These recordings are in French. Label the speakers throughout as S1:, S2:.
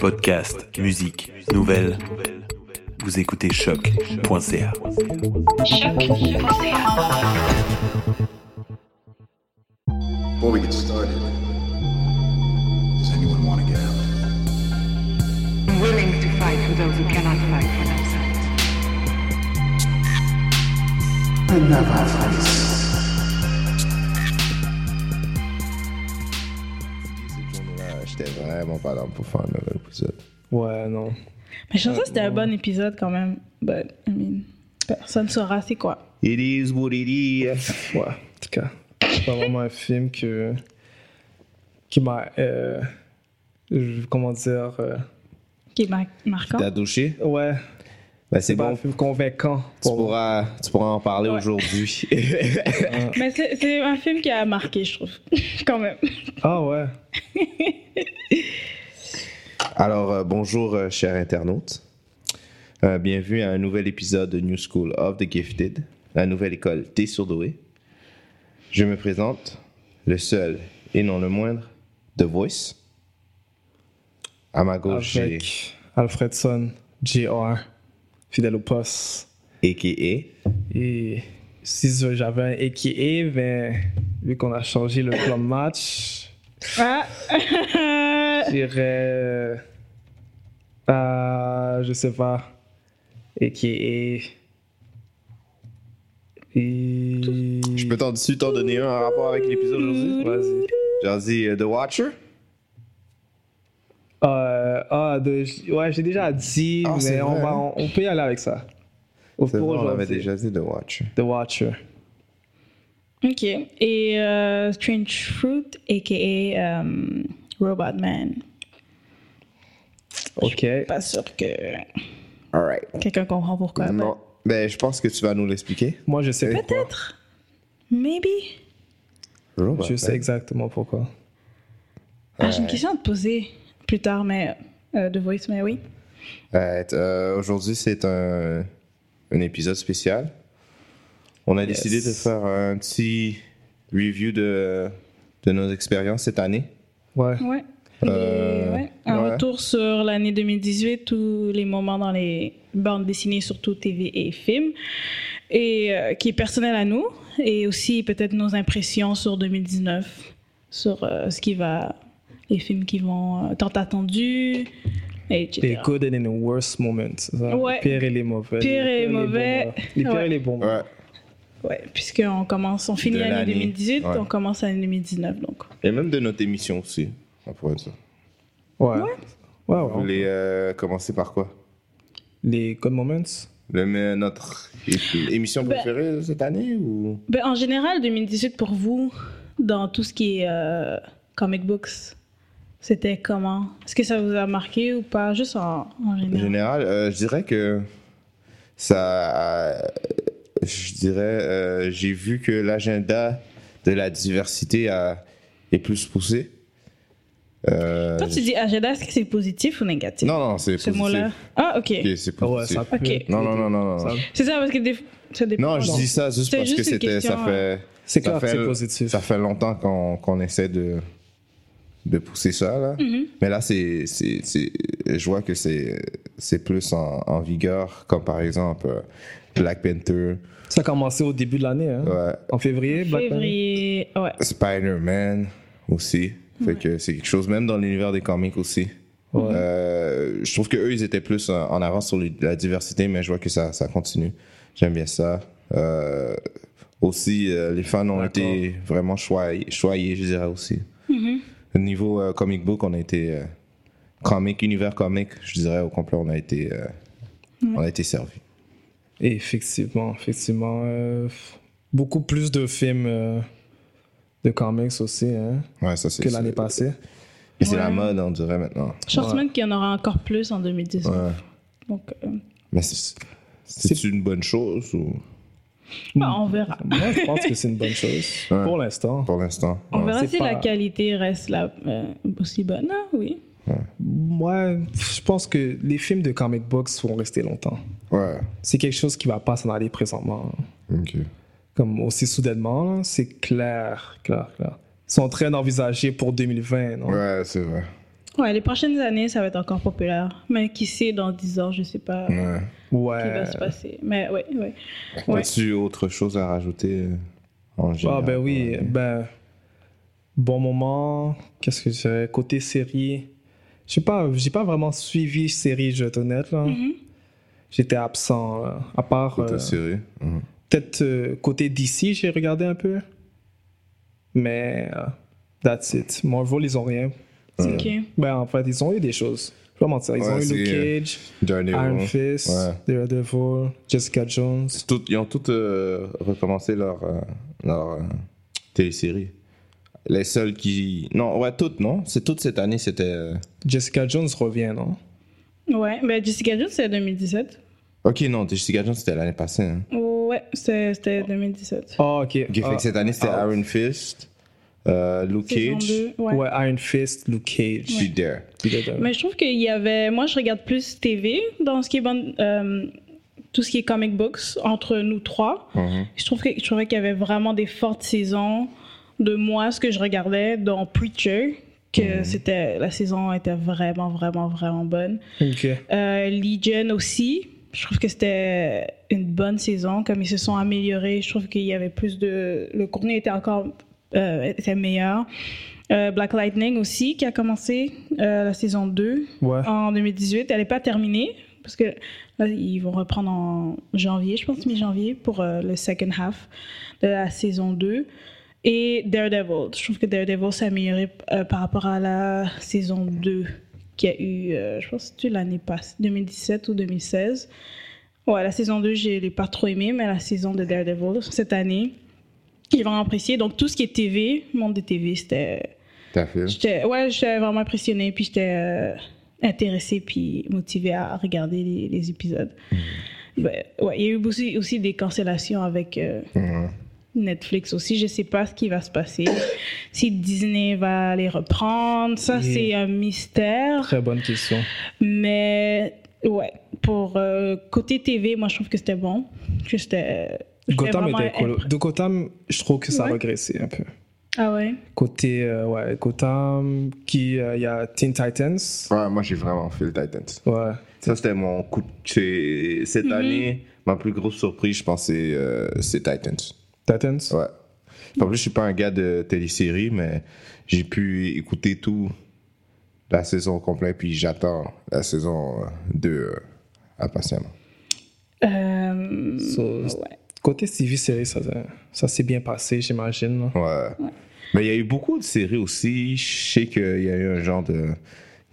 S1: Podcast, musique, nouvelles. Vous écoutez choc.ca.
S2: Before we get started, does anyone want to get out?
S3: willing to fight for those who cannot fight for themselves.
S4: Ouais, J'étais vraiment pas dans pour faire un nouvel épisode.
S5: Ouais, non. Euh,
S6: Mais je pense que c'était un bon épisode quand même. But, I mean, personne saura c'est quoi.
S4: It is what it is.
S5: Ouais, en tout cas, c'est pas vraiment un film que, qui m'a. euh, je- comment dire. euh,
S6: Qui est mar- marquant.
S4: T'as touché?
S5: ouais,
S4: Ben c'est
S5: pas un
S4: bon. Tu
S5: film convaincant. pour moi.
S4: pourras, tu pourras en parler aujourd'hui.
S6: Mais c'est c'est un film qui a marqué, je trouve. quand même.
S5: Ah ouais.
S4: Alors, euh, bonjour, euh, chers internautes. Euh, bienvenue à un nouvel épisode de New School of the Gifted, la nouvelle école des surdoués. Je me présente, le seul et non le moindre, The Voice. À ma gauche, j'ai
S5: Avec Alfredson, JR, fidèle au poste.
S4: a.k.a.
S5: Et si je- j'avais un AKA, mais ben, vu qu'on a changé le plan de match,
S6: Ah.
S5: je dirais. euh, Ah, je sais pas. AKA. Et.
S4: Je peux t'en dessus t'en donner un en rapport avec l'épisode aujourd'hui?
S5: Vas-y.
S4: J'en dis euh, The Watcher?
S5: Euh, ah, de- ouais, j'ai déjà dit,
S4: Ah, c'est
S5: mais on,
S4: vrai,
S5: va,
S4: hein.
S5: on, on peut y aller avec ça. Au
S4: C'est
S5: pour
S4: vrai, on avait
S5: aujourd'hui.
S4: déjà dit The Watcher.
S5: The Watcher.
S6: Ok. Et euh, Strange Fruit, a.k.a. euh, Robot Man.
S5: Ok.
S6: Pas sûr que
S4: Alright.
S6: quelqu'un comprend pourquoi. mais-
S4: Non. Ben, je pense que tu vas nous l'expliquer.
S5: Moi, je sais pourquoi.
S6: Peut-être. Maybe.
S4: Robert,
S5: Je sais
S4: ouais.
S5: exactement pourquoi.
S6: Ah, j'ai une question à te poser plus tard, mais euh, de voice, mais oui.
S4: Alright, euh, Aujourd'hui, c'est un, un épisode spécial. On a
S5: Yes.
S4: décidé de faire un petit review de, de nos expériences cette année.
S5: Ouais.
S6: Ouais.
S4: Euh,
S6: Et ouais, Un
S4: ouais.
S6: retour sur l'année 2018, tous les moments dans les bandes dessinées, surtout TV et films, et euh, qui est personnel à nous, et aussi peut-être nos impressions sur 2019, sur euh, ce qui va, les films qui vont euh, tant attendus, et
S5: Les
S6: etc.
S5: good and the worst moments. c'est ça?
S6: Ouais.
S5: Les pires et les mauvais.
S6: Pires et
S5: les bons
S6: mauvais.
S5: moments. Les pires
S6: Ouais.
S5: et les bons. moments.
S4: Ouais.
S6: Ouais, puisqu'on commence, on finit
S4: De
S6: l'année
S4: l'année,
S6: 2018,
S4: ouais.
S6: on commence l'année 2019, donc.
S4: Et même de notre émission aussi. On pourrait dire.
S5: Ouais. Ouais,
S4: Vous
S5: ouais.
S4: voulez euh, commencer par quoi
S5: Les good moments.
S4: Le- mais notre é- émission
S6: Ben-
S4: préférée cette année ou
S6: Ben, en général, 2018 pour vous, dans tout ce qui est euh, comic books, c'était comment Est-ce que ça vous a marqué ou pas Juste en, en
S4: En
S6: général.
S4: général, euh, je dirais que ça. euh, je dirais, euh, j'ai vu que l'agenda de la diversité a- est plus poussé. Euh,
S6: Quand tu dis agenda, est-ce que c'est positif ou négatif
S4: non, non, c'est
S6: ce
S4: positif.
S6: mot-là. Ah, ok.
S4: Ok, c'est
S5: Ah ouais,
S4: positif.
S5: ça peut.
S6: Ok.
S4: Non, non, non, non.
S5: Ça-
S4: non.
S6: C'est ça, parce que des- ça dépend.
S4: Non, je dis ça juste
S6: C'était
S4: parce que
S6: juste une
S4: c'était, ça
S6: question,
S4: fait,
S5: C'est
S4: ça
S5: clair que
S4: fait,
S5: c'est positif.
S4: ça fait longtemps qu'on, qu'on essaie de, de pousser ça là. Mais là, c'est, c'est, c'est- je vois que c'est, c'est plus en, en vigueur, comme par exemple euh, Black Panther,
S5: Ça a commencé au début de l'année, hein?
S4: ouais,
S5: En février, Black Panther?
S6: Février. Ouais.
S4: Spider-Man aussi. Fait que c'est quelque chose même dans l'univers des comics aussi.
S5: Ouais.
S4: Euh, je trouve que eux ils étaient plus en, en avance sur les- la diversité, mais je vois que ça, ça continue. J'aime bien ça. Euh, aussi, euh, les fans ont
S5: D'accord. Mm-hmm.
S4: été vraiment choyés, choyés, je dirais aussi. Au niveau euh, comic book, on a été euh, comic, univers comic, je dirais au complet, on a été, euh, on a été servi.
S5: Et Effectivement, effectivement. euh, f- beaucoup plus de films euh, de comics aussi hein,
S4: Ouais, ça c'est.
S5: que l'année
S4: c'est-
S5: passée.
S4: C'est la
S6: Ouais.
S4: mode, on dirait maintenant.
S6: Shortman, qu'il y en aura encore plus en 2018.
S4: Ouais.
S6: Donc, euh,
S4: Mais c'est- c'est une bonne chose ou
S6: bah, on verra.
S5: Moi, je pense que c'est une bonne chose
S4: Ouais.
S5: pour l'instant.
S4: pour l'instant?
S6: On
S4: ouais.
S6: verra
S5: c'est
S6: si
S5: pas-
S6: la qualité reste là, euh, aussi bonne. Ah, oui.
S5: Moi, je pense que les films de comic books vont rester longtemps.
S4: Ouais.
S5: C'est quelque chose qui va pas s'en aller présentement. hein.
S4: Ok.
S5: Comme aussi soudainement, là, c'est clair, clair, clair. Ils sont en train d'envisager pour 2020. non?
S4: Ouais, c'est vrai.
S6: Ouais, les prochaines années, ça va être encore populaire. Mais qui sait, dans 10 ans, je sais pas ce
S4: Ouais.
S6: qui va
S5: Ouais.
S6: se passer. Mais ouais, ouais. Ouais.
S4: As-tu autre chose à rajouter euh, en général?
S5: Ah ben oui,
S4: Ouais.
S5: ben bon moment. Qu'est-ce que c'est côté série Je sais pas, j'ai pas vraiment suivi série, je vais être honnête là.
S6: Mhm.
S5: J'étais absent là. à part
S4: Côté
S5: euh,
S4: série. Mhm.
S5: peut-être euh, côté DC, j'ai regardé un peu. Mais euh, that's it. Marvel, ils ont rien.
S6: Ok.
S5: Ben en fait, ils ont eu des choses. Je vais pas mentir, ils
S4: Ouais,
S5: ont eu
S4: c'est,
S5: Luke
S4: euh,
S5: Cage, Iron
S4: Daredevil.
S5: Fist,
S4: Ouais.
S5: Daredevil, Jessica Jones.
S4: C'est tout- ils ont toutes euh, recommencé leur, euh, leur euh, télésérie. Les seules qui. Non, ouais, toutes, non? C'est toutes cette année, c'était. euh,
S5: Jessica Jones revient, non
S6: Ouais, ben Jessica Jones, c'est 2017.
S4: Ok, non, Jessica Jones, c'était l'année passée. hein.
S6: Ouais, c'est- c'était 2017.
S5: Ah ok.
S4: Ok, fait
S5: Ah,
S4: que cette année, c'était
S5: ah,
S4: Iron Fist, euh, Luke
S6: Saison
S4: Cage,
S6: deux, ouais.
S5: Ouais, Iron Fist, Luke Cage.
S4: puis Dare.
S5: Puis Daredevil.
S6: Mais je trouve qu'il y avait. Moi, je regarde plus TV dans ce qui est bande- euh, tout ce qui est comic books entre nous trois.
S4: Mhm.
S6: Je trouve que je trouvais qu'il y avait vraiment des fortes saisons de moi ce que je regardais dans Preacher que c'était la saison était vraiment vraiment vraiment bonne.
S5: Ok.
S6: Euh, Legion aussi. Je trouve que c'était une bonne saison. Comme ils se sont améliorés, je trouve qu'il y avait plus de. Le contenu était encore euh, était meilleur. Euh, Black Lightning aussi, qui a commencé euh, la saison 2
S5: Ouais.
S6: en 2018. Elle n'est pas terminée, parce que là, ils vont reprendre en janvier, je pense, mi-janvier, pour euh, le second half de la saison 2. Et Daredevil. Je trouve que Daredevil s'est amélioré euh, par rapport à la saison 2, qui a eu, euh, je pense, que c'était l'année passée, 2017 ou 2016. Ouais, la saison 2, je l'ai pas trop aimée, mais la saison de Daredevil, cette année, j'ai vraiment apprécié. Donc, tout ce qui est TV, monde des TV, c'était.
S4: T'as fait.
S6: J'étais, ouais, j'étais vraiment impressionnée, puis j'étais euh, intéressée, puis motivée à regarder les, les épisodes.
S5: Mm.
S6: Ouais, ouais, il y a eu aussi, aussi des cancellations avec euh,
S5: Mm.
S4: Mhm.
S6: Netflix aussi. Je sais pas ce qui va se passer. si Disney va les reprendre, ça
S5: Yeah.
S6: c'est un mystère.
S5: Très bonne question.
S6: Mais ouais, pour euh, côté TV, moi je trouve que c'était bon. Que J'étais. j'étais
S5: Gotham
S6: vraiment
S5: était cool.
S6: impré-
S5: De Gotham, je trouve que ça
S6: Ouais.
S5: a régressé un peu.
S6: Ah ouais.
S5: Côté, euh, ouais, Gotham, qui, euh, il y a Teen Titans.
S4: Ouais, moi, j'ai vraiment fait le Titans.
S5: Ouais.
S4: Ça, c'était mon coup de... c'est- Cette année, ma plus grosse surprise, je pense, c'est euh, c'est Titans.
S5: Titans
S4: Ouais. En plus, je suis pas un gars de télésérie, mais j'ai pu écouter tout la saison complète, puis j'attends la saison 2 impatiemment.
S6: Euh,
S5: So,
S6: ouais.
S5: Côté TV série, ça, ça- ça s'est bien passé, j'imagine. là.
S4: Ouais. Mais il y a eu beaucoup de séries aussi. Je sais qu'il y a eu un genre de.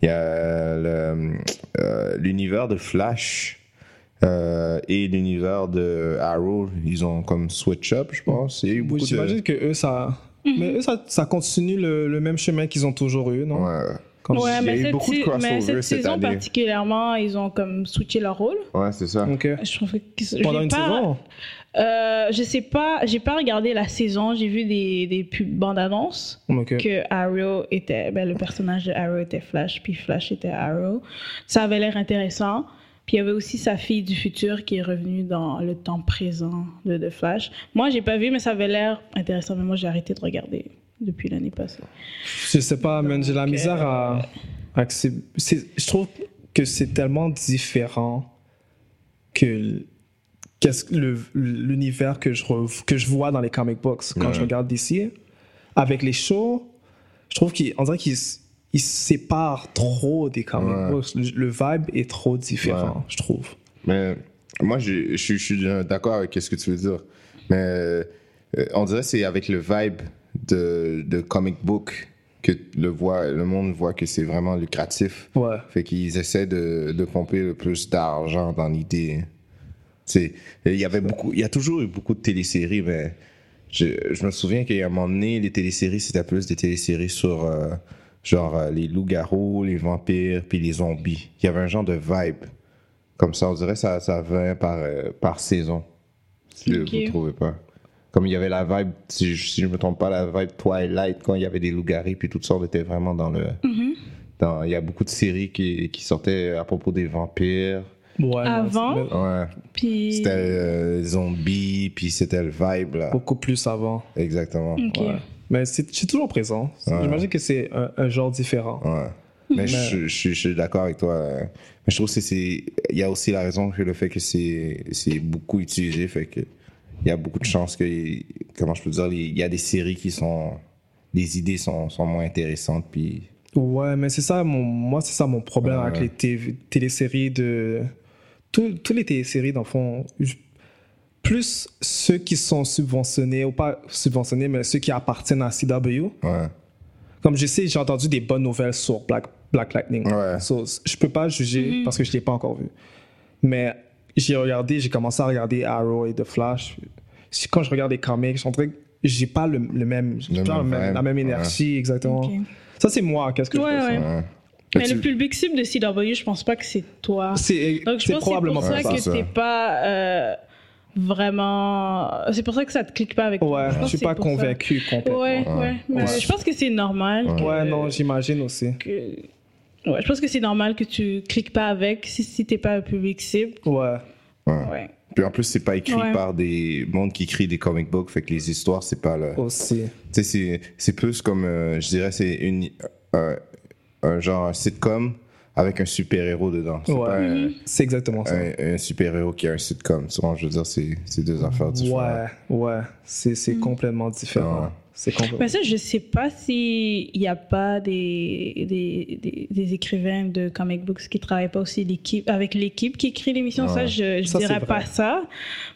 S4: Il y a le, euh, l'univers de Flash euh, et l'univers de Arrow. Ils ont comme switch up, je pense. Il y a eu
S5: Oui,
S4: beaucoup de.
S5: j'imagine que eux, ça.
S6: Mhm.
S5: Mais eux, ça, ça continue le, le même chemin qu'ils ont toujours eu, non
S4: Ouais.
S5: Comme-
S6: Ouais,
S4: Il y a
S6: mais
S4: eu
S6: cette,
S4: beaucoup de
S6: sais- mais
S4: crossovers cette
S6: cette saison
S4: année.
S6: particulièrement, ils ont comme switché leur rôle.
S4: Ouais, c'est ça.
S5: Ok.
S6: Je trouve que je
S5: Pendant
S6: l'ai
S5: une
S6: pas-
S5: saison
S6: Euh, je sais pas, j'ai pas regardé la saison, j'ai vu des, des pubs bandes annonces
S5: Ok.
S6: que Arrow était, ben, le personnage de Arrow était Flash, puis Flash était Arrow. Ça avait l'air intéressant. Puis il y avait aussi sa fille du futur qui est revenue dans le temps présent de, de Flash. Moi, j'ai pas vu, mais ça avait l'air intéressant. Mais moi, j'ai arrêté de regarder depuis l'année passée.
S5: Je sais pas, man, j'ai la
S6: Donc, euh,
S5: misère à. à que c'est- c'est- je trouve que c'est tellement différent que l- qu'est-ce que le- l'univers que je rev- que je vois dans les comic books quand je regarde d'ici avec les shows. Je trouve qu'on dirait qu'ils s- ils se séparent trop des comic
S4: Ouais.
S5: books. Le, le vibe est trop différent,
S4: Ouais.
S5: je trouve.
S4: Mais moi, je, je suis- je suis d'accord avec ce que tu veux dire. Mais euh, on dirait que c'est avec le vibe de, de comic book que le, voit, le monde voit que c'est vraiment lucratif.
S5: Ouais.
S4: Fait qu'ils essaient de, de pomper le plus d'argent dans l'idée. C'est- Il y avait beaucoup, il y a toujours eu beaucoup de téléséries, mais je, je me souviens qu'à un moment donné, les téléséries, c'était plus des téléséries sur euh, genre euh, les loups-garous, les vampires, puis les zombies. Il y avait un genre de vibe. Comme ça, on dirait que ça, ça vint par, euh, par saison. Si
S6: Ok.
S4: Vous trouvez pas? Comme il y avait la vibe, si je, si je me trompe pas, la vibe Twilight, quand il y avait des loups-garous, puis toutes sortes, on était vraiment dans le.
S6: Mhm.
S4: Dans- Il y a beaucoup de séries qui, qui sortaient à propos des vampires.
S5: Ouais, non,
S6: Avant?
S5: c'est- mais
S4: Ouais.
S6: Puis.
S4: C'était euh, zombie, puis c'était le vibe, là.
S5: beaucoup plus avant.
S4: Exactement.
S6: Oh. Ok.
S5: Ouais. Mais c'est c'est toujours présent.
S4: Ouais.
S5: J'imagine que c'est un, un genre différent.
S4: Ouais. Mais je, je- je- je suis d'accord avec toi. euh. Mais je trouve que c'est. Il y a aussi la raison que le fait que c'est c'est beaucoup utilisé, fait que. Il y a beaucoup de chances que. Comment je peux dire les- Il y a des séries qui sont. Les idées sont, sont moins intéressantes, puis.
S5: Ouais, mais c'est ça, mon, moi, c'est ça mon problème
S4: Ouais,
S5: avec
S4: ouais.
S5: les té- téléséries de. Tous tous les téléséries, dans le fond, je- plus ceux qui sont subventionnés, ou pas subventionnés, mais ceux qui appartiennent à CW.
S4: Ouais.
S5: Comme je sais, j'ai entendu des bonnes nouvelles sur Black, Black Lightning.
S4: Ouais.
S5: So, je peux pas juger
S6: Mm-hmm.
S5: parce que je l'ai pas encore vu. Mais j'ai regardé, j'ai commencé à regarder Arrow et The Flash. Si- Quand je regarde les comics, je suis en train que j'ai pas le, le même, j'ai
S4: Le
S5: pas
S4: même
S5: le même-
S4: vibe,
S5: la même
S4: ouais.
S5: énergie, exactement.
S6: Ok.
S5: Ça, c'est moi, qu'est-ce que
S6: Ouais,
S5: je pense. hein.
S6: ouais.
S4: ouais.
S6: Mais
S4: Tu-
S6: le public cible de CW, je pense pas que c'est toi.
S5: C'est
S6: Donc je
S5: c'est
S6: pense que c'est
S5: probablement
S6: pour ça
S4: pas
S6: que
S4: ça.
S6: t'es pas euh, vraiment. C'est pour ça que ça te clique pas avec toi.
S5: Ouais, je
S6: pense
S5: suis
S6: que c'est
S5: pas
S6: pour ça.
S5: convaincu complètement.
S6: Ouais, ouais,
S4: Ouais.
S6: Mais
S5: Ouais.
S6: je pense que c'est normal.
S4: Ouais.
S6: que-
S5: Ouais, non, j'imagine aussi.
S6: que- Ouais, je pense que c'est normal que tu cliques pas avec si, si t'es pas un public cible.
S5: Ouais.
S4: ouais.
S6: Ouais.
S4: Puis en plus, c'est pas écrit
S6: Ouais.
S4: par des mondes qui écrit des comic books, fait que les histoires, c'est pas le.
S5: Aussi.
S4: Tu sais, c'est- c'est plus comme, euh, je dirais, c'est une, euh, un genre un sitcom avec un super-héros dedans. C'est
S5: Ouais.
S4: pas un,
S6: Mhm. Mm-hmm.
S5: C'est exactement ça.
S4: un- un super-héros qui a un sitcom. Souvent, je veux dire, c'est c'est deux affaires
S5: Ouais,
S4: différentes.
S5: ouais. C'est
S6: Mm-hmm.
S5: c'est complètement différent.
S4: Ouais.
S5: C'est complètement.
S6: Mais ça, je sais pas s'il n'y a pas des, des, des, des écrivains de comic books qui travaillent pas aussi l'équipe, avec l'équipe qui écrit l'émission. Ça, je ne
S5: Ça, c'est
S6: dirais
S5: vrai.
S6: pas ça.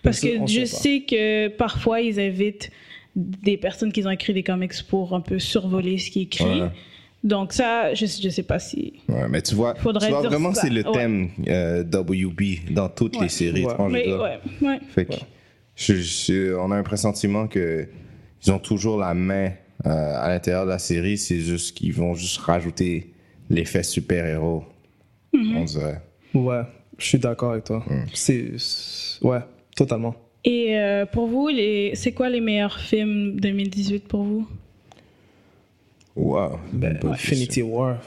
S6: Parce
S5: Ça,
S6: que
S5: on
S6: je
S5: sait pas.
S6: sais que parfois, ils invitent des personnes qui ont écrit des comics pour un peu survoler ce qui est écrit.
S4: Ouais.
S6: Donc ça, je ne sais pas si...
S4: Ouais, mais tu vois,
S6: Faudrait
S4: tu vois
S6: dire
S4: vraiment,
S6: ça.
S4: c'est le
S6: Ouais.
S4: thème euh, WB dans toutes
S6: Ouais.
S4: les séries.
S5: Ouais.
S4: tu vois, je veux
S6: Mais
S4: dire.
S6: ouais, ouais.
S4: Fait que je- je- on a un pressentiment que ils ont toujours la main euh, à l'intérieur de la série. C'est juste qu'ils vont juste rajouter l'effet super-héros,
S6: Mhm.
S4: on dirait.
S5: Ouais, je suis d'accord avec toi. C'est. c'est- Ouais, totalement.
S6: Et euh, pour vous, les... c'est quoi les meilleurs films 2018 pour vous
S4: Wow.
S5: Ben,
S4: Bonne
S5: Infinity War.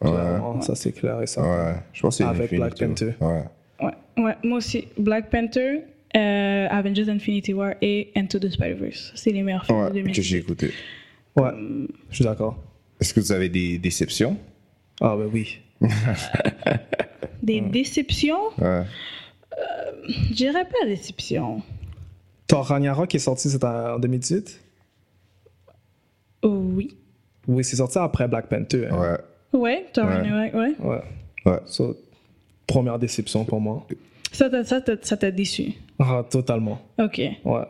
S5: clairement, Ça, c'est clair et ça.
S4: Ouais, je pense que c'est
S5: Avec Black
S4: Infinity War. Ouais.
S6: Ouais, ouais, moi aussi. Black Panther, euh, Avengers Infinity War et Into the Spider-Verse. C'est les meilleurs films
S4: Ouais,
S6: de
S4: que j'ai
S6: 2000.
S4: écouté.
S5: Ouais, je suis d'accord.
S4: Est-ce que vous avez des déceptions
S5: Ah, ben oui.
S6: Des déceptions
S4: Ouais.
S6: Je dirais pas déception.
S5: Thor Ragnarok est sorti c'était en 2018
S6: Oh, oui.
S5: Oui, c'est sorti après Black Panther. hein.
S4: Ouais.
S6: Ouais, Thor
S4: Ouais.
S6: Ragnarok, ouais.
S5: Ouais.
S4: Ouais.
S5: So, première déception pour moi.
S6: Ça t'a, ça, t'a, ça t'a déçu.
S5: Ah, totalement.
S6: Ok.
S5: Ouais.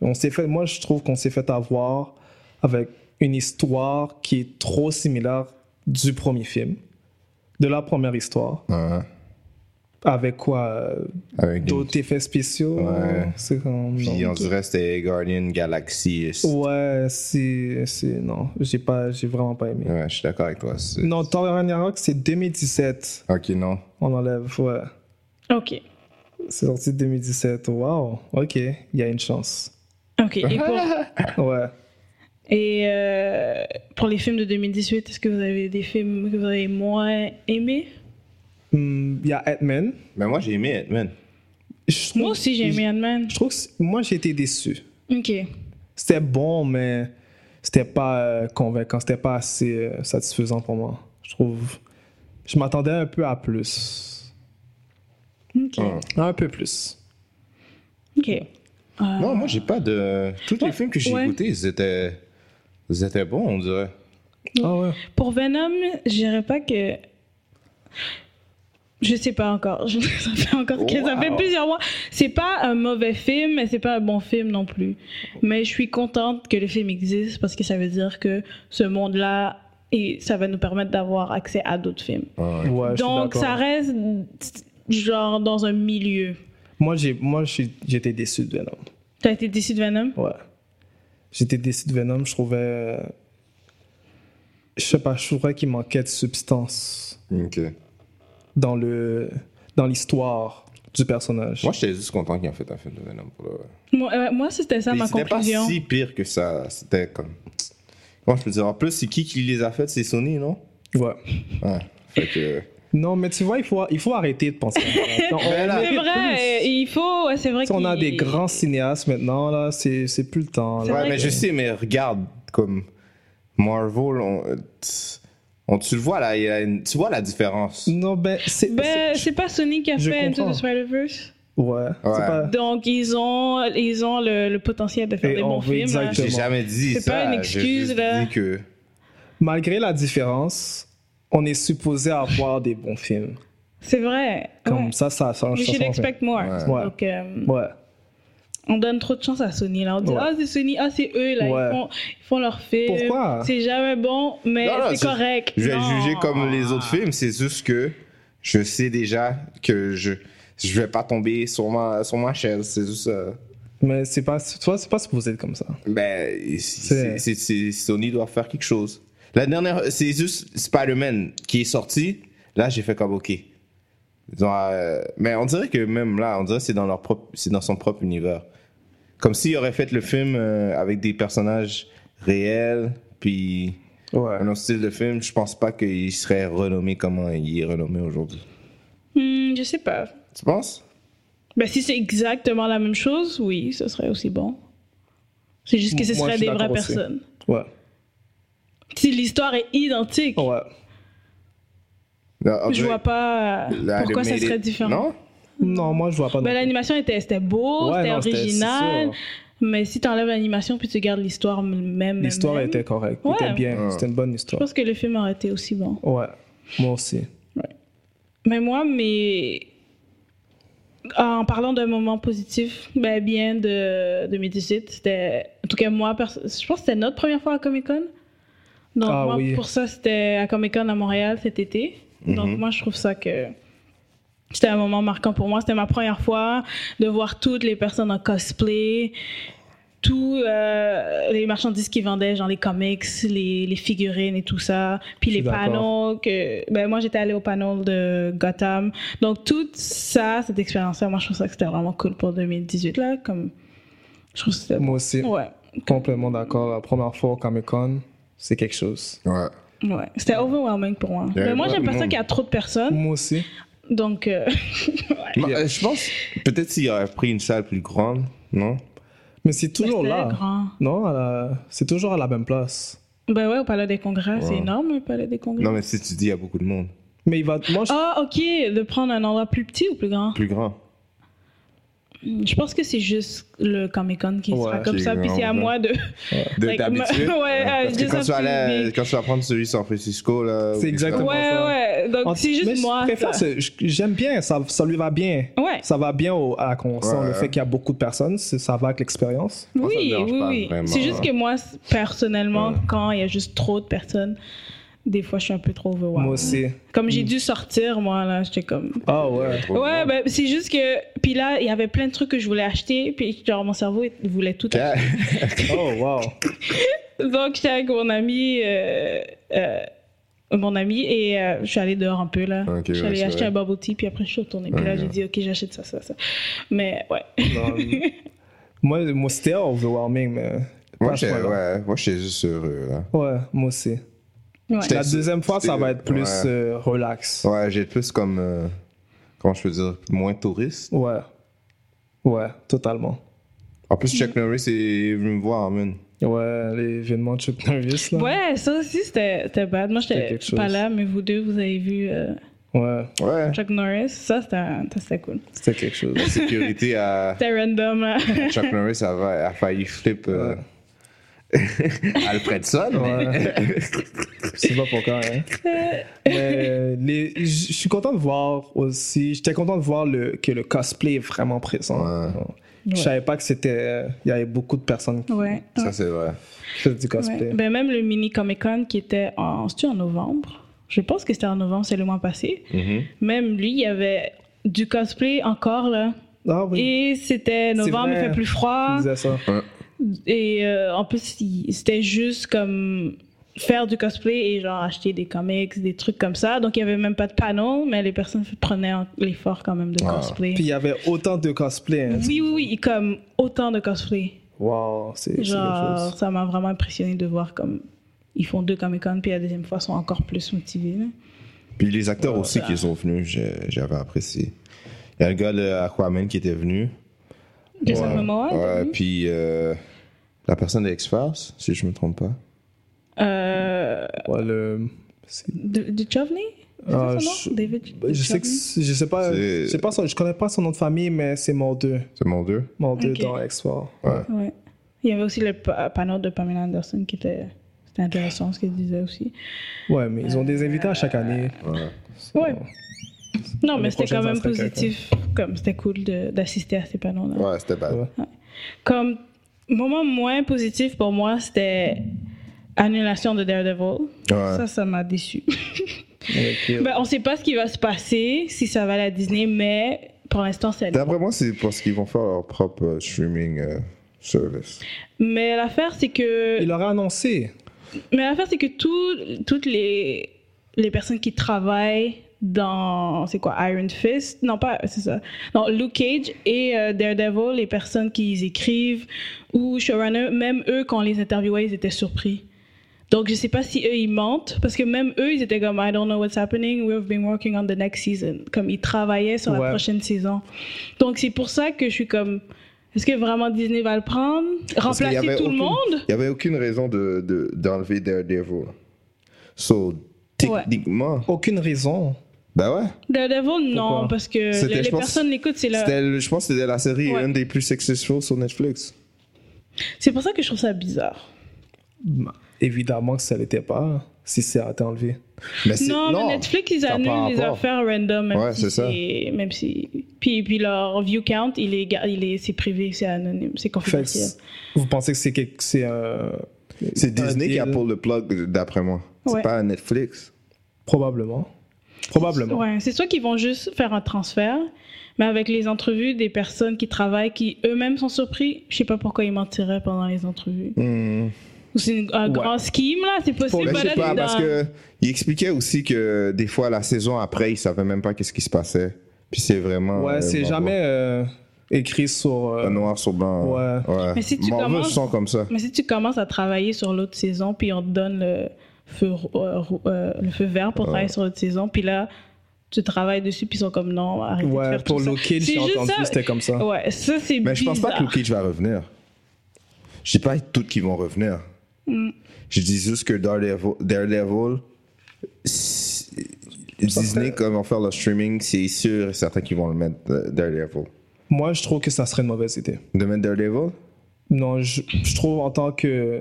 S5: On s'est fait, moi, je trouve qu'on s'est fait avoir avec une histoire qui est trop similaire du premier film, de la première histoire,
S4: ouais.
S5: avec quoi euh,
S4: Avec des-
S5: D'autres effets spéciaux.
S4: Ouais.
S5: C'est comme.
S4: Puis
S5: non.
S4: on dirait que c'était Guardian Galaxy.
S5: Ouais, c'est. c'est- Non, j'ai pas, j'ai vraiment pas aimé.
S4: Ouais, je suis d'accord avec toi. c'est-
S5: Non, Thor Ragnarok, c'est 2017.
S4: Ok, non.
S5: On enlève, ouais.
S6: Ok.
S5: C'est sorti 2017. Waouh, ok, il y a une chance.
S6: Ok. Et, pour,
S5: Ouais.
S6: et, euh, pour les films de 2018, est-ce que vous avez des films que vous avez moins aimés
S5: Hum, Il y a Ant-Man.
S4: Mais moi, j'ai aimé Ant-Man.
S5: Je trouve-
S6: Moi aussi, j'ai aimé Ant-Man.
S5: Je trouve que c'est- moi, j'ai été déçu.
S6: Ok.
S5: C'était bon, mais c'était pas euh, convaincant. C'était pas assez euh, satisfaisant pour moi. Je trouve. Je m'attendais un peu à plus.
S6: Ok.
S5: Un peu plus.
S6: Ok.
S4: Non, moi, j'ai pas de. Tous les
S6: Ouais,
S4: films que j'ai
S6: ouais.
S4: écoutés, ils étaient... ils étaient bons, on dirait.
S5: Ah ouais.
S6: Pour Venom, je dirais pas que. Je sais pas encore. Je- Ça fait encore
S5: Oh,
S6: que- ça fait plusieurs mois. C'est pas un mauvais film, mais c'est pas un bon film non plus. Mais je suis contente que le film existe parce que ça veut dire que ce monde-là et ça va nous permettre d'avoir accès à d'autres films.
S5: Ouais, je suis
S6: Donc
S5: d'accord.
S6: ça reste genre dans un milieu.
S5: Moi, j'ai, moi, j'ai- j'étais déçu de Venom.
S6: T'as été déçu de Venom
S5: Ouais. J'étais déçu de Venom. Je trouvais. euh, Je sais pas, je trouvais qu'il manquait de substance
S4: Ok.
S5: dans le dans l'histoire du personnage.
S4: Moi, j'étais juste content qu'ils aient fait un film de Venom. Pour le...
S6: Moi, euh, moi, c'était ça
S4: Et
S6: ma
S4: C'était pas
S6: conclusion.
S4: si pire que ça. C'était comme. Comment je peux dire En plus, c'est qui qui les a faites C'est Sony, non
S5: Ouais.
S4: Ouais. Fait que.
S5: Non, mais tu vois, il faut, il faut arrêter de penser. à ça. Non, on-
S4: Mais là,
S6: C'est vrai, il faut, ouais, c'est vrai
S5: on a
S6: qu'il-
S5: des grands cinéastes maintenant, là, c'est, c'est plus le temps.
S6: C'est
S5: là.
S4: Ouais,
S6: vrai
S4: mais
S6: que-
S4: je sais, mais regarde, comme. Marvel, on. On, tu le vois là, il y a une- tu vois la différence.
S5: Non, ben, c'est.
S6: Ben,
S5: c'est-
S6: c'est pas Sony qui a
S5: Je
S6: fait Into
S5: comprends.
S6: the Spider-Verse.
S5: Ouais. c'est pas-
S6: Donc, ils ont, ils ont le, le potentiel de faire
S5: Et
S6: des
S5: on
S6: bons
S5: veut
S6: films. hein.
S5: exactement-
S4: J'ai jamais dit
S6: C'est
S4: ça.
S6: pas une
S4: j'ai
S6: excuse,
S4: juste
S6: là.
S4: dit que
S5: Malgré la différence, on est supposé avoir des bons films.
S6: C'est vrai.
S5: Comme
S6: ouais.
S5: ça, ça change.
S6: You
S5: ça
S6: should
S5: change.
S6: expect more.
S5: Ouais.
S6: Donc, euh,
S5: Ouais.
S6: on donne trop de chance à Sony. Là. On dit,
S5: Ouais.
S6: ah, c'est Sony, ah, c'est eux, là.
S5: Ouais.
S6: Ils, font, ils font leur film.
S5: Pourquoi
S6: C'est jamais bon, mais
S4: Non, non,
S6: c'est
S4: c'est-
S6: correct.
S4: je vais
S6: Non.
S4: juger comme les autres films. C'est juste que je sais déjà que je je vais pas tomber sur ma sur ma chaise. C'est juste euh, ça.
S5: Mais c'est pas, tu vois, c'est pas supposé être comme ça.
S4: Ben, c'est- c'est- c'est- Sony doit faire quelque chose. La dernière, c'est juste Spider-Man qui est sorti. Là, j'ai fait comme OK. Ils ont, euh, mais on dirait que même là, on dirait que c'est dans leur propre, c'est dans son propre univers. Comme s'il aurait fait le film euh, avec des personnages réels, puis
S5: Ouais.
S4: un autre style de film. Je pense pas qu'il serait renommé comment il est renommé aujourd'hui.
S6: Hmm, je sais pas.
S4: Tu penses
S6: Ben, si c'est exactement la même chose, oui, ce serait aussi bon. C'est juste que
S5: Moi,
S6: ce
S5: je
S6: serait
S5: suis
S6: des vraies
S5: d'accord aussi.
S6: personnes.
S5: Ouais.
S6: Si l'histoire est identique,
S5: Ouais.
S4: Non, en
S6: je
S4: vrai,
S6: vois pas euh,
S4: là,
S6: pourquoi
S4: le
S6: ça
S4: Made
S6: serait
S4: It-
S6: différent.
S4: Non,
S5: Non, moi, je vois pas. non
S6: Ben,
S5: plus.
S6: l'animation était, c'était beau,
S5: Ouais,
S6: c'était
S5: non, c'est
S6: original.
S5: sûr.
S6: mais si tu enlèves l'animation puis tu gardes l'histoire m- même.
S5: L'histoire
S6: même,
S5: était correcte.
S6: Ouais.
S5: C'était bien.
S4: Ouais.
S5: C'était une bonne
S6: Je
S5: histoire.
S6: pense que le film aurait été aussi bon.
S5: Ouais. Moi aussi.
S6: Mais moi, mais. En parlant d'un moment positif, ben bien de 2018, c'était. En tout cas, moi, perso- je pense que c'était notre première fois à Comic Con. Donc,
S5: Ah
S6: moi,
S5: oui.
S6: pour ça, c'était à Comic Con à Montréal cet été.
S5: Mhm.
S6: Donc, moi, je trouve ça que. C'était un moment marquant pour moi. C'était ma première fois de voir toutes les personnes en cosplay, tous euh, les marchandises qu'ils vendaient, genre les comics, les, les figurines et tout ça, puis
S5: Je suis
S6: les
S5: d'accord.
S6: panneaux. Que, ben moi, j'étais allée au panneau de Gotham. Donc, tout ça, cette expérience-là, moi, je trouve ça que c'était vraiment cool pour 2018. Là, comme, je trouve que c'était...
S5: Moi aussi.
S6: Ouais,
S5: Complètement d'accord. La première fois au Comic Con, c'est quelque chose.
S4: ouais.
S6: ouais. C'était overwhelming pour moi.
S4: Yeah,
S6: Mais moi,
S4: ouais,
S6: j'aime pas
S4: non.
S6: ça qu'il y a trop de personnes.
S5: Moi aussi.
S6: Donc, euh,
S4: Bah, euh, je pense, peut-être s'il aurait pris une salle plus grande, non
S5: Mais c'est toujours
S6: c'était
S5: là.
S6: grand.
S5: Non, à la- c'est toujours à la même place.
S6: Ben ouais, au Palais des Congrès, c'est
S4: Ouais.
S6: énorme, le Palais des Congrès.
S4: Non, mais si tu dis, il y a beaucoup de monde.
S5: Mais il va. Moi, je-
S6: Ah, ok, de prendre un endroit plus petit ou plus grand
S4: Plus grand.
S6: Je pense que c'est juste le Comic Con qui
S5: Ouais,
S6: sera comme
S4: c'est
S6: ça, puis c'est à
S4: grand,
S6: moi de.
S4: De
S6: Like,
S4: t'habituer.
S6: ma- ouais, euh,
S4: parce que
S6: just
S4: quand
S6: have
S4: tu,
S6: to
S4: allais,
S6: be-
S4: quand tu vas prendre celui de San Francisco, là.
S5: C'est
S4: ou-
S5: exactement-
S6: Ouais,
S5: ça.
S6: ouais,
S5: en-
S6: donc c'est
S5: mais
S6: juste
S5: je
S6: moi.
S5: préfère
S6: ça.
S5: ce- je- J'aime bien. Ça, ça lui va bien.
S6: Ouais.
S5: Ça va bien au- à la convention.
S4: Ouais.
S5: Le fait qu'il y a beaucoup de personnes, c'est- ça va avec l'expérience.
S4: Moi, ça me
S6: Oui,
S4: dérange
S6: oui,
S4: pas
S6: oui.
S4: vraiment,
S6: C'est juste
S4: là.
S6: que moi, c- personnellement,
S4: Ouais.
S6: quand il y a juste trop de personnes, des fois, je suis un peu trop overwhelmed.
S5: Moi aussi.
S6: Comme
S4: Mm.
S6: j'ai dû sortir, moi, là, j'étais comme.
S5: Ah ouais.
S4: Trop de
S6: Ouais,
S4: monde.
S6: ben, c'est juste que. Puis là, il y avait plein de trucs que je voulais acheter, puis genre, mon cerveau il voulait tout acheter.
S4: Tiens,
S5: Oh wow.
S6: Donc, j'étais avec mon ami, euh, euh, mon ami, et euh, je suis allée dehors un peu là.
S4: Ok,
S6: je suis
S4: ouais,
S6: allée
S4: c'est
S6: acheter
S4: vrai.
S6: un bubble tea, puis après je suis retournée. Puis là,
S4: Ok.
S6: j'ai dit, ok, j'achète ça, ça, ça. Mais ouais.
S5: Non, moi, moi c'était overwhelming, mais.
S4: moi,
S5: pas
S4: j'étais
S5: à ce point-là.
S4: ouais, moi, j'étais juste heureux, là.
S5: Ouais, moi aussi.
S6: Ouais.
S5: La deuxième fois, ça va être plus
S4: Ouais.
S5: euh, relax.
S4: Ouais, j'ai plus comme. euh, comment je peux dire Moins touriste.
S5: Ouais. Ouais, totalement.
S4: En plus, Chuck
S6: Mm.
S4: Norris est venu me voir, man.
S5: Ouais, l'événement de Chuck Norris, là.
S6: Ouais, ça aussi, c'était c'était bad. Moi,
S5: C'était
S6: j'étais
S5: quelque
S6: pas
S5: chose.
S6: là, mais vous deux, vous avez vu euh,
S5: Ouais,
S4: Ouais.
S6: Chuck Norris. Ça, c'était ça, c'était cool.
S5: c'était quelque chose.
S4: La sécurité à
S6: C'était random. hein. là.
S4: à Chuck Norris elle va- a failli flip euh, Alfredson.
S5: Ouais. Je sais pas pourquoi, hein. Mais les- je je suis content de voir aussi. J'étais content de voir le, que le cosplay est vraiment présent.
S4: Ouais.
S5: Je savais pas que c'était. euh, Il y avait beaucoup de personnes qui
S6: Ouais.
S4: Ça, c'est vrai.
S5: faisaient du cosplay.
S6: Ouais. Ben, même le mini Comic Con qui était en, c'était en novembre. Je pense que c'était en novembre, c'est le mois passé.
S4: Mhm.
S6: Même lui, il y avait du cosplay encore là.
S5: Ah oui,
S6: Et c'était novembre, il
S5: vrai.
S6: fait plus
S5: tu
S6: froid.
S5: disais ça.
S6: Et euh, en plus, il- c'était juste comme faire du cosplay et genre acheter des comics, des trucs comme ça. Donc il y avait même pas de panneau, mais les personnes prenaient en- l'effort quand même de
S4: Ah.
S6: cosplay.
S5: Puis il y avait autant de cosplay. hein.
S6: oui, oui, oui, comme autant de cosplay.
S5: Wow, c'est c'est quelque
S6: Genre,
S5: chose.
S6: ça m'a vraiment impressionné de voir comme ils font deux Comic Con, puis la deuxième fois, ils sont encore plus motivés. là.
S4: Puis les acteurs
S6: Ouais,
S4: aussi
S6: ça.
S4: qui sont venus, j'ai- j'avais apprécié. Il y a le gars de Aquaman qui était venu.
S6: Jason
S4: Ouais.
S6: Momoa, t'as
S4: Ouais,
S6: vu?
S4: puis euh, la personne de X-Files, si je me trompe pas.
S6: Euh,
S5: Ouais, le... C'est-
S6: De- Duchovny C'est
S5: Ah,
S6: ça son
S5: je-
S6: nom David
S5: Je sais que
S6: Duchovny?
S5: c'est- je sais pas,
S4: C'est-
S5: je sais pas son- je connais pas son nom de famille, mais c'est mon 2.
S4: C'est mon dieu.
S5: Mon 2
S6: Ok.
S5: dans X-Fort.
S4: Ouais.
S6: Ouais. Il y avait aussi le pa- panneau de Pamela Anderson qui était. C'était intéressant ce qu'elle disait aussi.
S5: Ouais, mais ils ont des invités à chaque année.
S4: Ouais.
S6: Ouais. Non,
S5: L'année
S6: mais c'était
S5: prochaine,
S6: quand
S5: ça
S6: même
S5: sera quelqu'un.
S6: positif. Comme c'était cool de- d'assister à ces panneaux-là.
S4: Ouais, c'était bad.
S5: Ouais.
S6: Comme moment moins positif pour moi, c'était annulation de Daredevil.
S4: Ouais.
S6: Ça, ça m'a déçu.
S5: Avec les-
S6: ben, on sait pas ce qui va se passer, si ça va aller à Disney, mais pour l'instant, c'est annulé.
S4: D'après moi, c'est parce qu'ils vont faire leur propre euh, streaming euh, service.
S6: Mais l'affaire, c'est que.
S5: Il aurait annoncé.
S6: Mais l'affaire, c'est que tout- toutes les, les personnes qui travaillent dans, c'est quoi, Iron Fist, non pas, c'est ça, non, Luke Cage et euh, Daredevil, les personnes qui écrivent ou showrunner, même eux, quand on les interviewait, ils étaient surpris. Donc, je sais pas si eux, ils mentent, parce que même eux, ils étaient comme, I don't know what's happening, we've been working on the next season. Comme ils travaillaient sur
S5: Ouais.
S6: la prochaine saison. Donc, c'est pour ça que je suis comme, est-ce que vraiment Disney va le prendre?
S4: qu'il y
S6: Remplacer
S4: avait
S6: tout le
S4: aucune-
S6: monde?
S4: Il n'y avait aucune raison d'enlever de, d'enlever Daredevil. So, techniquement,
S5: Aucune raison.
S4: ben ouais.
S6: Daredevil, non,
S5: Pourquoi
S6: parce que
S4: C'était,
S6: les,
S4: je
S6: les
S4: pense,
S6: personnes l'écoutent, c'est là.
S4: C'était le- je pense que c'était la série
S6: Ouais.
S4: une des plus successful sur Netflix.
S6: C'est pour ça que je trouve ça bizarre.
S5: Bah, Évidemment que ça l'était pas, si ça a été enlevé.
S4: Mais c'est-
S6: Non, mais Netflix, ils
S4: ça a pas
S6: annulent les
S4: rapport.
S6: affaires random, même
S4: Ouais,
S6: si
S4: c'est ça.
S6: c'est- Même si... Puis, puis leur view count, il est, gar- il est, c'est privé, c'est anonyme, c'est
S5: Fait que
S6: confidentiel.
S5: c'est- vous pensez que c'est quelque- que c'est euh,
S4: C'est
S5: un
S4: Disney qui a
S5: deal?
S4: pour le plug, d'après moi.
S6: Ouais.
S4: C'est pas Netflix.
S5: probablement, probablement.
S6: Ouais, c'est soit qu'ils vont juste faire un transfert, mais avec les entrevues des personnes qui travaillent, qui eux-mêmes sont surpris, je sais pas pourquoi ils mentiraient pendant les entrevues.
S4: Hmm.
S6: Ou c'est une- un
S5: Ouais.
S6: grand scheme, là, c'est possible.
S4: Mais je
S6: bah, là,
S4: sais pas,
S6: c'est
S4: parce
S6: dans-
S4: que il expliquait aussi que des fois, la saison après, il savait même pas qu'est-ce qui se passait. Puis c'est vraiment.
S5: Ouais,
S4: euh,
S5: c'est
S4: Marvel.
S5: jamais euh, écrit sur. euh,
S4: Un noir sur blanc. hein.
S5: Ouais.
S4: ouais.
S6: Mais si tu
S4: Marvel
S6: commences-
S4: sont comme ça.
S6: Mais si tu commences à travailler sur l'autre saison, puis on te donne le feu, rou- euh, rou- euh, le feu vert pour travailler sur l'autre saison, puis là, tu travailles dessus, puis ils sont comme non, arrête de
S5: ouais,
S6: faire
S5: pour
S6: tout ça.
S5: Luke Cage,
S6: C'est
S5: j'ai
S6: juste
S5: entendu,
S6: ça.
S5: c'était comme ça.
S6: Ouais, ça c'est bizarre.
S4: Mais je pense pas que Luke Cage va revenir. Je dis pas toutes qui vont revenir. Je dis juste que Daredevil, Daredevil c'est- Disney, quand ils vont faire le streaming, c'est sûr et certain qu'ils vont le mettre euh, Daredevil.
S5: Moi, je trouve que ça serait une mauvaise idée.
S4: De mettre Daredevil
S5: Non, je, je trouve en tant que.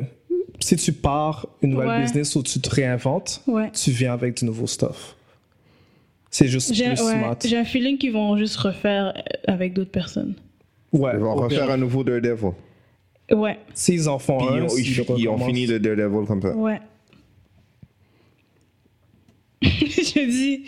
S5: Si tu pars une nouvelle
S6: Ouais.
S5: business ou tu te réinventes,
S6: Ouais.
S5: tu viens avec du nouveau stuff. C'est juste
S6: J'ai
S5: plus
S6: ouais,
S5: smart.
S6: j'ai un feeling qu'ils vont juste refaire euh, avec d'autres personnes.
S5: Ouais,
S4: Ils vont
S5: au pire.
S4: refaire un nouveau Daredevil.
S6: Ouais,
S5: S'ils en font
S4: Puis
S5: un,
S4: ils ont,
S5: s'ils
S4: ils- ils ont
S5: recommencent.
S4: fini le Daredevil comme ça.
S6: ouais. je dis,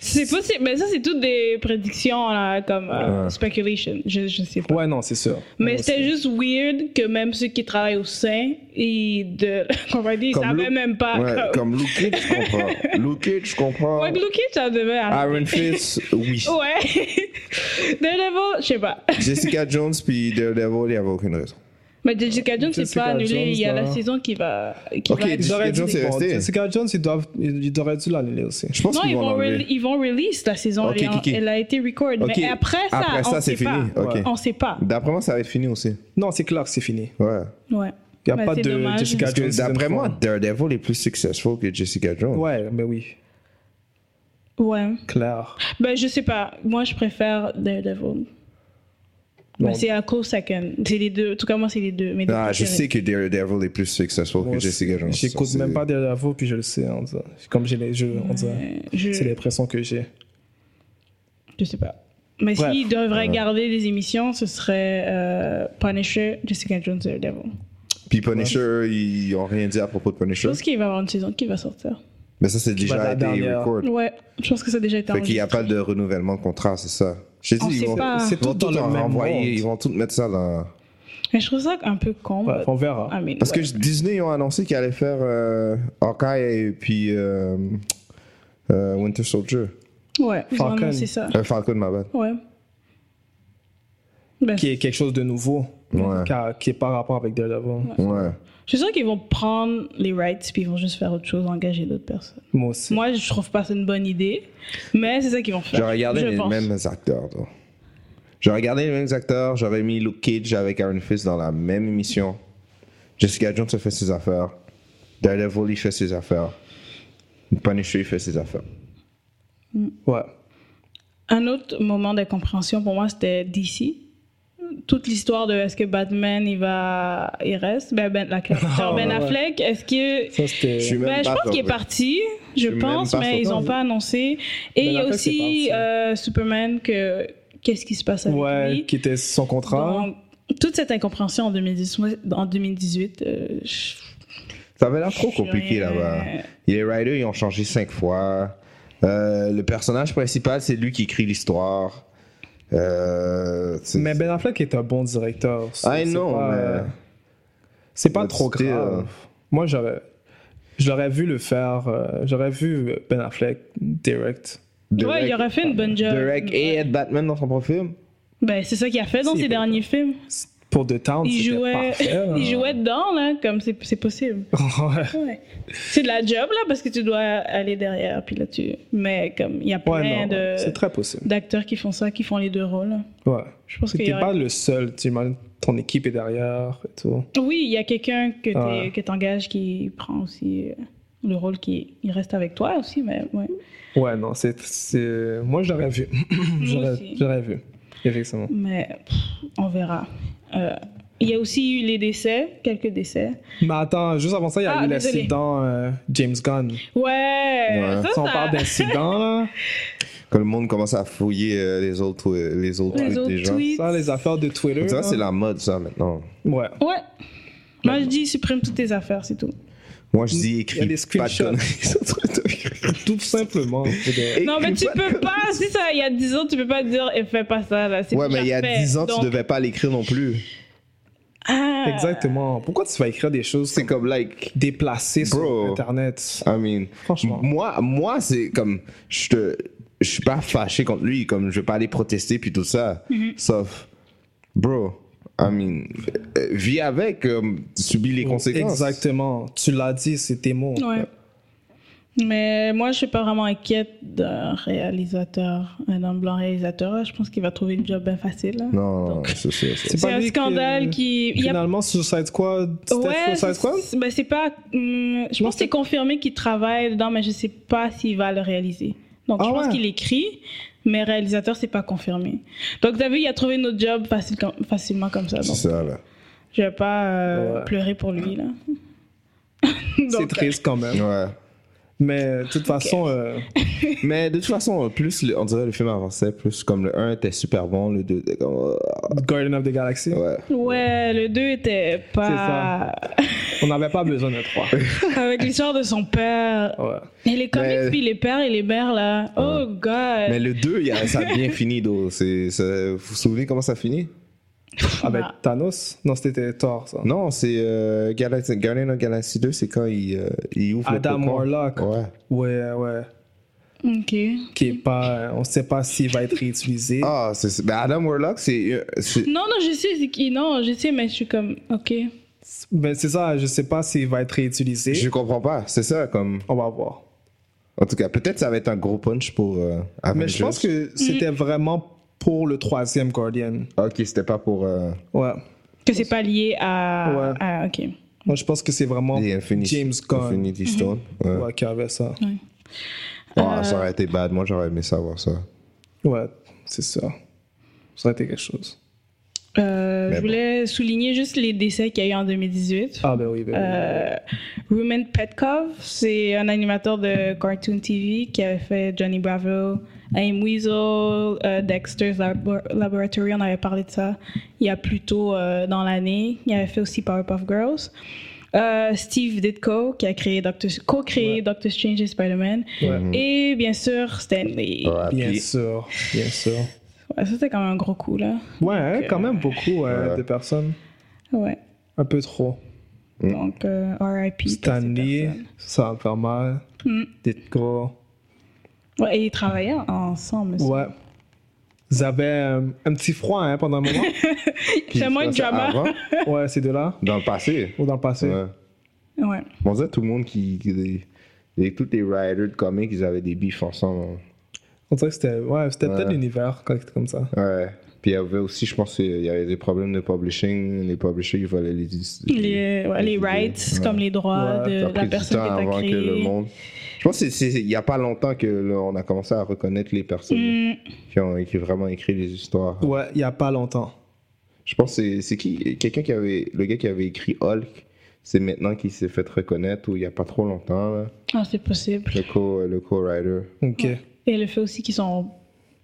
S6: c'est possible, mais ça c'est toutes des prédictions là, comme euh,
S4: Ouais.
S6: speculation. Je, je sais pas.
S5: Ouais, non, c'est sûr.
S6: Mais
S5: Ouais,
S6: c'était
S5: c'est-
S6: juste weird que même ceux qui travaillent au sein et de la compagnie, ils
S4: Comme
S6: savaient
S4: Luke-
S6: même pas.
S4: Ouais,
S6: comme-
S4: comme Luke Cage, je comprends. Luke Cage, je comprends.
S6: Ah, oh. Ouais, Oh. Luke Cage, ça devait arriver.
S4: Iron Fist, oui.
S6: Ouais. Daredevil, je sais pas.
S4: Jessica Jones, puis Daredevil, il n'y avait aucune raison.
S6: Mais Jessica Jones, c'est
S5: Jessica
S6: pas annulé.
S5: Jones,
S6: il y a
S5: là.
S6: la saison qui va. Qui
S4: Ok,
S6: va
S5: Ils
S4: Jessica
S5: auraient
S4: Jones
S5: dû-
S4: est
S5: bon,
S4: restée.
S5: Jessica Jones, ils, doivent, ils ils auraient dû l'annuler aussi.
S4: Je pense
S6: Non,
S4: qu'ils
S6: ils
S4: vont
S6: vont,
S4: l'enlever.
S6: re- ils vont release la saison.
S4: Ok,
S6: elle, est en-
S4: ok, ok.
S6: elle a été record.
S4: Ok,
S6: Mais après ça,
S4: après ça,
S6: on
S4: c'est
S6: sait
S4: fini,
S6: pas.
S4: ok.
S6: On sait pas.
S4: D'après moi, ça va être fini aussi.
S5: Non, c'est clair que c'est fini.
S4: Ouais.
S6: Ouais.
S5: Il n'y a
S6: Bah,
S5: pas
S6: c'est
S5: de
S6: dommage.
S5: Jessica
S6: Parce
S5: Jones. season
S4: D'après moi,
S5: four.
S4: Daredevil est plus successful que Jessica Jones.
S5: Ouais, mais oui,
S6: Ouais.
S5: clair.
S6: Ben, je sais pas. Moi, je préfère Daredevil. Ben,
S5: Bon.
S6: c'est un co-second. C'est les deux. En tout cas, moi, c'est les deux. Mes deux
S4: Ah, je
S6: préférés.
S4: sais que Daredevil est plus successful
S5: Moi,
S4: que Jessica Jones.
S5: J'écoute
S4: Ça,
S5: même
S4: c'est-
S5: pas de voix, puis je le sais. on dirait. Comme j'ai les jeux, on dirait.
S6: Euh, Je,
S5: C'est l'impression que j'ai.
S6: je sais pas. Mais
S5: Bref.
S6: s'ils devraient garder des émissions, ce serait euh, Punisher, Jessica Jones, Daredevil.
S4: Puis Punisher, eux, ils ont rien dit à propos de
S6: Je
S4: Punisher.
S6: pense qu'il va y avoir une saison qui va sortir.
S4: Mais ça, c'est
S5: va
S4: déjà
S5: être la
S4: été
S5: dernière.
S4: record.
S6: Ouais, je pense que ça a déjà été
S4: Fait qu'il n'y a
S6: enregistré.
S4: pas de renouvellement de contrat, c'est ça. J'ai dit,
S6: On
S4: ils
S6: sait
S4: vont,
S6: pas.
S4: ils
S5: C'est
S4: vont
S5: tout dans le
S4: en
S5: même
S4: renvoyer,
S5: monde.
S4: ils vont tout mettre ça dans.
S6: Mais je trouve ça un peu con.
S5: Ouais, on verra.
S6: I mean,
S4: Parce
S6: Ah, ouais.
S4: que Disney ils ont annoncé qu'ils allaient faire euh, Hawkeye et puis euh, euh, Winter Soldier.
S6: Ouais, ils ont
S5: Falcon.
S6: annoncé ça.
S4: Euh, Falcon, ma bad.
S6: Ouais. Ben,
S5: Qui est quelque chose de nouveau,
S4: Ouais.
S5: qu'a- qui est par rapport avec Daredevil.
S4: Ouais.
S6: Je suis sûre qu'ils vont prendre les rights puis ils vont juste faire autre chose, engager d'autres personnes.
S5: Moi aussi.
S6: Moi, je trouve pas ça une bonne idée, mais c'est ça qu'ils vont faire.
S4: J'aurais gardé
S6: je
S4: les
S6: pense.
S4: mêmes acteurs. donc. J'aurais gardé les mêmes acteurs, j'aurais mis Luke Cage avec Aaron Fist dans la même émission. Jessica Jones a fait ses affaires. Daredevil, il fait ses affaires. Punisher, il fait ses affaires.
S5: Ouais.
S6: Un autre moment d'incompréhension pour moi, c'était DC. Toute l'histoire de est-ce que Batman, il va. Il reste Ben, ben, la caractère
S5: Ah,
S6: Ben
S5: ouais.
S6: Affleck, est-ce que.
S5: Ça, c'était.
S4: Je suis même
S6: Ben, je
S4: pas
S6: pense qu'il est
S4: surpris.
S6: parti, je
S4: suis
S6: pense,
S4: même pas
S6: mais ils n'ont
S5: surpris.
S6: pas annoncé. Et il y a
S5: Ben Affleck, c'est
S6: aussi
S5: parti.
S6: euh, Superman, que qu'est-ce qui se passe avec
S5: Ouais,
S6: lui
S5: qui était sans contrat.
S6: Donc, toute cette incompréhension en 2010 moi, en 2018, euh, je-
S4: Ça avait l'air trop
S6: je suis
S4: compliqué
S6: rien-
S4: là-bas. Les writers, ils ont changé cinq fois. Euh, le personnage principal, c'est lui qui écrit l'histoire. Euh, c'est-
S5: mais Ben Affleck est un bon directeur. C'est-
S4: I
S5: c'est
S4: know,
S5: pas, euh,
S4: Ah, mais- euh,
S5: C'est pas
S4: But
S5: trop
S4: still.
S5: grave. Moi, j'aurais. Je l'aurais vu le faire. euh, j'aurais vu Ben Affleck direct.
S6: Ouais, il aurait euh, fait une bonne job.
S4: Direct et être Batman dans son profil.
S6: Ben, c'est ça qu'il a fait dans
S5: Si,
S6: ses
S5: ben,
S6: derniers films.
S5: Pour The Town,
S6: Il
S5: c'était
S6: jouait-
S5: parfait. là.
S6: Il jouait dedans, là, comme c'est c'est possible.
S5: Ouais.
S6: Ouais. C'est de la job, là, parce que tu dois aller derrière, puis là, tu... Mais comme, il y a plein
S5: Ouais, non, ouais.
S6: de-
S5: c'est très possible.
S6: d'acteurs qui font ça, qui font les deux rôles.
S5: Ouais.
S6: Je pense qu'il
S5: T'es
S6: y aurait-
S5: pas le seul, tu imagines, ton équipe est derrière et tout.
S6: Oui, il y a quelqu'un que t'es-
S5: Ouais.
S6: que t'engages qui prend aussi euh, le rôle qui il reste avec toi aussi, mais ouais.
S5: Ouais, non, c'est. c'est- Moi, je l'aurais vu. J'aurais-
S6: aussi.
S5: J'aurais vu, effectivement.
S6: Mais pff, on verra. Euh, il y a aussi eu les décès, quelques décès.
S5: Mais attends, juste avant ça, il y a
S6: Ah,
S5: eu
S6: désolé.
S5: l'accident euh, James Gunn. Euh,
S6: Ouais,
S4: Ouais.
S6: ça,
S5: Si on
S6: ça-
S5: parle d'incident, là,
S4: Quand le monde commence à fouiller euh, les autres, twi- les autres
S6: Les
S4: tweets
S6: autres
S4: des gens.
S6: tweets.
S5: ça, les affaires de Twitter.
S4: Ça,
S5: là.
S4: c'est la mode, ça, maintenant.
S5: Ouais.
S6: Ouais. Moi, je dis, supprime toutes tes affaires, c'est tout.
S4: Moi, je dis
S5: Il y
S4: écris
S5: a des
S4: pas de
S5: screenshots.
S4: conneries sur Twitter.
S5: Tout simplement. pour de-
S6: Non, mais tu
S4: Écris pas de
S6: peux pas, si ça, il y a 10 ans, tu peux pas dire, et fais pas ça, là. c'est
S4: Ouais, mais il y a
S6: déjà fait.
S4: 10 ans,
S6: Donc-
S4: tu devais pas l'écrire non plus.
S6: Ah.
S5: Exactement. Pourquoi tu vas écrire des choses
S4: C'est comme, like,
S5: déplacées sur
S4: Bro.
S5: Internet
S4: I mean.
S5: Franchement.
S4: Moi, moi c'est comme. Je te. Je suis pas fâché contre lui, comme je vais pas aller protester puis tout ça.
S5: Mhm.
S4: Sauf. Bro, I mean. euh, Vis avec, comme, subis les conséquences.
S5: Exactement. Tu l'as dit, c'est tes mots.
S6: Ouais. Mais moi, je suis pas vraiment inquiète d'un réalisateur, un homme blanc réalisateur. Je pense qu'il va trouver une job bien facile. là.
S4: Non, non, c'est ça. c'est-
S6: C'est
S5: pas
S6: un
S5: lui
S6: scandale
S5: que-
S6: qui. il y a-
S5: Finalement, Suicide Squad, c'était
S6: Ouais,
S5: Suicide Squad
S6: c'est- ben, c'est pas. hum, je pense que c'est confirmé qu'il travaille dedans, mais je sais pas s'il va le réaliser. Donc, je
S5: Ah
S6: pense
S5: ouais.
S6: qu'il écrit, mais réalisateur, c'est pas confirmé. Donc, t'as vu, il a trouvé notre job facile comme- facilement comme ça.
S4: C'est
S6: Donc,
S4: ça, là.
S6: je vais pas euh,
S5: Ouais.
S6: pleurer pour lui, là.
S5: C'est
S6: Donc,
S5: triste quand même.
S4: Ouais.
S5: Mais euh, de toute façon, euh,
S4: Mais de toute façon, plus le- on dirait le film avançait, plus comme le 1 était super bon, le 2 était comme. oh,
S5: Guardian of the Galaxy,
S4: Ouais.
S6: Ouais, le 2 était pas.
S5: on n'avait pas besoin de trois.
S6: Avec l'histoire de son père.
S5: Ouais.
S6: Et les comics,
S4: Mais-
S6: puis les pères et les mères, là. Oh, God.
S4: Mais le 2, il y a- ça a bien fini, d'eau. Vous vous souvenez comment ça finit
S5: Ah ben
S6: Ah.
S5: Thanos Non, c'était Thor, ça.
S4: Non, c'est euh, Galaxy, Guardian of Galaxy 2, c'est quand il, euh, il ouvre
S5: Adam
S4: le cocon.
S5: Warlock.
S4: Ouais.
S5: Ouais, ouais.
S6: OK.
S5: Qui est pas, euh, on sait pas s'il va être réutilisé.
S4: Ah, c'est, c'est- ben Adam Warlock, c'est, euh, c'est-
S6: Non, non, je sais, c'est qui. Non, je sais, mais je suis comme, OK.
S5: Ben c'est ça, je sais pas s'il va être réutilisé.
S4: Je comprends pas, c'est ça, comme...
S5: On va voir.
S4: En tout cas, peut-être ça va être un gros punch pour euh,
S5: Mais je
S4: Avengers.
S5: pense que c'était vraiment pour le troisième Guardian.
S4: Ok, c'était pas pour... euh,
S5: Ouais.
S6: Que c'est pas lié à.
S5: Ouais.
S6: à- OK.
S5: Moi, je pense que c'est vraiment
S4: les Infinity,
S5: James Gunn Mhm.
S4: Infinity Stone. Ouais.
S5: ouais, qui avait ça.
S4: Ah, ça aurait été bad, moi j'aurais aimé savoir ça.
S5: Ouais, c'est ça. Ça aurait été quelque chose.
S6: Euh,
S4: Mais
S6: je
S4: bon.
S6: voulais souligner juste les décès qu'il y a eu en 2018.
S5: Ah ben oui, ben oui.
S6: Euh, Rumen Petkov, c'est un animateur de Cartoon TV qui avait fait Johnny Bravo, Aim Weasel, euh, Dexter's Labo- Laboratory, on avait parlé de ça il y a plus tôt euh, dans l'année. Il avait fait aussi Powerpuff Girls. Euh, Steve Ditko, qui a créé Doctor, co-créé Doctor Strange et Spider-Man. Et bien sûr, Stanley.
S4: Mm-hmm. Ouais,
S5: Bien
S4: puis-
S5: sûr, bien sûr.
S6: Ouais, ça, c'était quand même un gros coup, là.
S5: Ouais, hein, quand même beaucoup euh,
S4: Ouais.
S5: de personnes.
S6: Ouais.
S5: Un peu trop.
S4: Mm.
S6: Donc, euh, RIP. pour ces
S5: Stanley,
S6: personnes.
S5: ça va faire mal.
S6: Hmm.
S5: Ditko,
S6: Ouais, et ils travaillaient ensemble. aussi.
S5: ouais. Ils avaient euh, un petit froid hein, pendant un moment.
S4: puis
S6: C'est moins de
S4: ça,
S6: drama.
S4: avant,
S5: ouais, ces deux-là.
S4: dans le passé.
S5: Ou dans le passé.
S4: Ouais.
S6: Ouais.
S4: On dirait tout le monde qui... qui- les- tous les writers de comics, ils avaient des bifs ensemble. hein.
S5: On dirait que c'était ouais, c'était
S4: Ouais.
S5: peut-être l'univers quand c'était comme ça.
S4: Ouais. Puis il y avait aussi, je pense, il y avait des problèmes de publishing. Les publishers, ils voulaient les.
S6: Les, ouais, les rights,
S4: ouais.
S6: comme les
S4: Ça
S6: droits
S4: a
S6: de
S4: pris
S6: la
S4: du
S6: personne
S4: temps
S6: qui t'a
S4: avant
S6: créé.
S4: que le monde. Je pense que c'est- c'est- il n'y a pas longtemps que là, on a commencé à reconnaître les personnes
S6: Mm,
S4: qui ont qui ont vraiment écrit les histoires.
S5: Ouais, il n'y a pas longtemps.
S4: Je pense que c'est- c'est qui Quelqu'un qui avait. Le gars qui avait écrit Hulk, c'est maintenant qu'il s'est fait reconnaître ou il n'y a pas trop longtemps, là.
S6: ah, c'est possible.
S4: le co- le co-writer.
S5: Ok.
S6: Et le fait aussi qu'ils sont.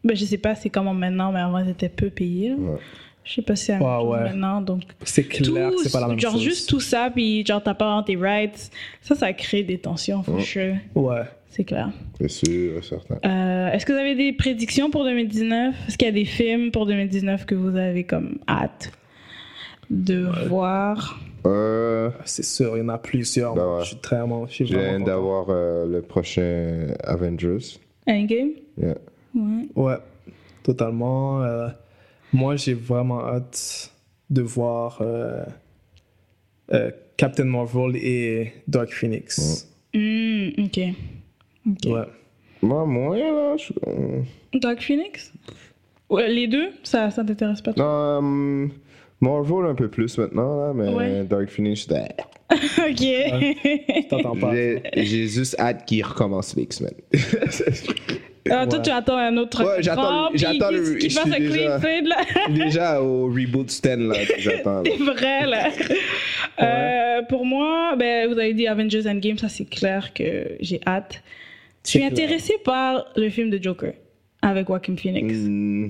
S6: Ben, je sais pas, c'est comment maintenant, mais avant, ils étaient peu payés. là.
S4: Ouais.
S6: Je sais pas si c'est la
S5: Ouais,
S6: même chose
S5: ouais.
S6: maintenant. Donc,
S5: C'est clair que
S6: tout,
S5: c'est pas la même
S6: genre
S5: chose.
S6: juste tout ça, puis genre t'as pas tes rights, ça, ça crée des tensions, for
S4: Ouais.
S6: sure.
S5: Ouais.
S6: C'est clair.
S4: C'est sûr, certain.
S6: Euh, Est-ce que vous avez des prédictions pour 2019 Est-ce qu'il y a des films pour 2019 que vous avez comme hâte de voir
S4: Euh,
S5: C'est sûr, il y en a plusieurs.
S4: Bah ouais.
S5: Je suis très je suis
S4: J'ai hâte
S5: vraiment content.
S4: d'avoir euh, le prochain Avengers.
S6: Endgame
S4: Yeah.
S6: Ouais.
S5: Ouais, totalement. Euh, moi, j'ai vraiment hâte de voir euh, euh, Captain Marvel et Dark Phoenix.
S6: Hmm, ok.
S4: Mm.
S6: Ok.
S5: Ouais.
S4: Moi, moi, là, je... euh,
S6: Dark Phoenix Ouais, Les deux Ça, ça t'intéresse pas trop
S4: Non, euh, Marvel un peu plus maintenant, là, mais
S6: Ouais.
S4: Dark Finish,
S6: Ok.
S5: T'entends pas.
S4: j'ai j'ai juste hâte qu'il recommence les X-Men.
S6: Alors, toi,
S5: Ouais.
S6: tu attends un autre.
S4: Ouais, j'attends-
S6: grand, puis
S4: j'attends
S6: qui-
S4: le-
S6: Qui
S4: je
S6: passe
S4: suis
S6: à
S4: déjà-
S6: Cleveland, là.
S4: Déjà au reboot Stan, là, que j'attends. là.
S6: C'est vrai, là. Euh, pour moi, ben, vous avez dit Avengers Endgame, ça c'est clair que j'ai hâte. Je suis
S5: C'est clair.
S6: intéressée par le film de Joker avec Joaquin Phoenix.
S4: Mm.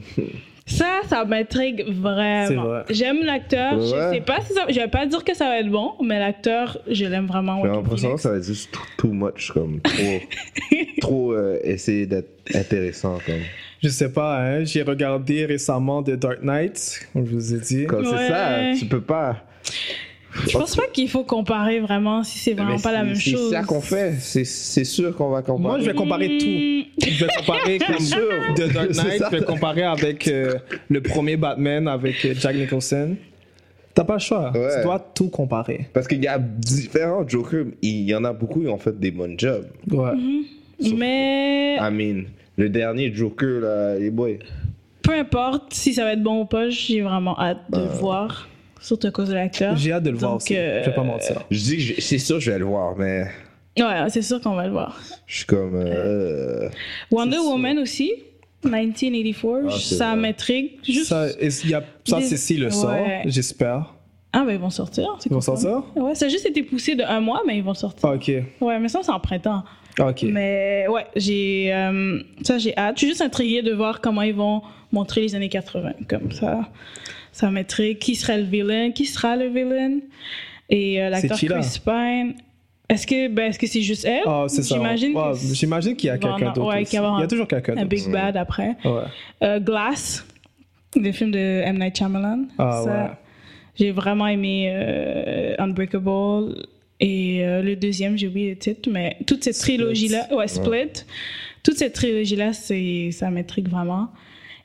S6: Ça, ça m'intrigue
S5: C'est
S6: vraiment.
S5: vrai.
S6: J'aime l'acteur.
S4: Ouais.
S6: Je sais pas si ça... Je vais pas dire que ça va être bon, mais l'acteur, je l'aime vraiment.
S4: J'ai
S6: Joaquin
S4: l'impression que
S6: Phoenix.
S4: ça va être juste too, too much, comme trop, trop euh, essayer d'être intéressant. Comme,
S5: Je sais pas, hein, j'ai regardé récemment The Dark Knight, comme je vous ai dit.
S4: Comme c'est
S6: Ouais.
S4: ça, tu peux pas.
S6: Je pense pas qu'il faut comparer vraiment si c'est vraiment
S4: Mais
S6: pas la
S4: c'est-
S6: même chose.
S4: C'est ça qu'on fait, c'est c'est sûr qu'on va comparer.
S5: Moi, je vais comparer tout.
S6: Mmh,
S5: Je vais comparer comme The Dark
S4: C'est
S5: Knight,
S4: ça.
S5: je vais comparer avec euh, le premier Batman avec euh, Jack Nicholson. T'as pas le choix.
S4: Ouais.
S5: Tu dois tout comparer.
S4: Parce qu'il y a différents Jokers, il y en a beaucoup qui ont fait des bons jobs.
S5: Ouais.
S6: Mhm. Mais
S4: I mean, le dernier Joker, là, les boys.
S6: peu importe si ça va être bon ou pas, j'ai vraiment hâte
S4: Euh.
S6: de voir, surtout à cause de l'acteur.
S5: J'ai hâte de le voir
S6: Donc,
S5: aussi.
S6: euh,
S5: Je vais pas mentir.
S4: Je dis que je- c'est sûr, je vais le voir, mais
S6: Ouais, c'est sûr qu'on va le voir.
S4: je suis comme. euh, euh,
S6: Wonder
S5: C'est sûr.
S6: Woman aussi, 1984,
S4: Ah, c'est
S6: ça
S4: vrai.
S6: m'intrigue. Juste...
S5: Ça, et s- y a- ça,
S6: Des-
S5: c'est si le sort,
S6: Ouais.
S5: j'espère.
S6: Ah, ben ils vont sortir. c'est
S5: Ils vont
S6: confirmé.
S5: sortir
S6: Ouais, ça a juste été poussé de un mois, mais ils vont le sortir.
S5: Ah, ok.
S6: Ouais, mais ça, c'est en printemps.
S5: Ah, ok.
S6: Mais ouais, j'ai. euh, ça, j'ai hâte. Je suis juste intriguée de voir comment ils vont montrer les années 80. Comme ça, ça m'intrigue. Qui sera le vilain Qui sera le vilain Et euh, l'acteur
S5: qui, là
S6: Chris Pine. Est-ce que ben, est-ce que c'est juste elle
S5: Ah, c'est ça.
S6: J'imagine
S5: Ouais,
S6: que c'est
S5: J'imagine qu'il y a
S6: il va en
S5: quelqu'un
S6: a-
S5: d'autre.
S6: ouais,
S5: aussi.
S6: qu'il va y avoir
S5: Il y
S6: un-
S5: a toujours quelqu'un
S6: un
S5: d'autre.
S6: big bad après.
S5: Ouais.
S6: Euh, Glass, le film de M. Night Shyamalan.
S5: Ah,
S6: Ça,
S5: ouais.
S6: J'ai vraiment aimé euh, Unbreakable et euh, le deuxième, j'ai oublié le titre, mais toute cette
S5: Split.
S6: trilogie-là, ouais, Split, toute cette trilogie-là, c'est- ça m'intrigue vraiment.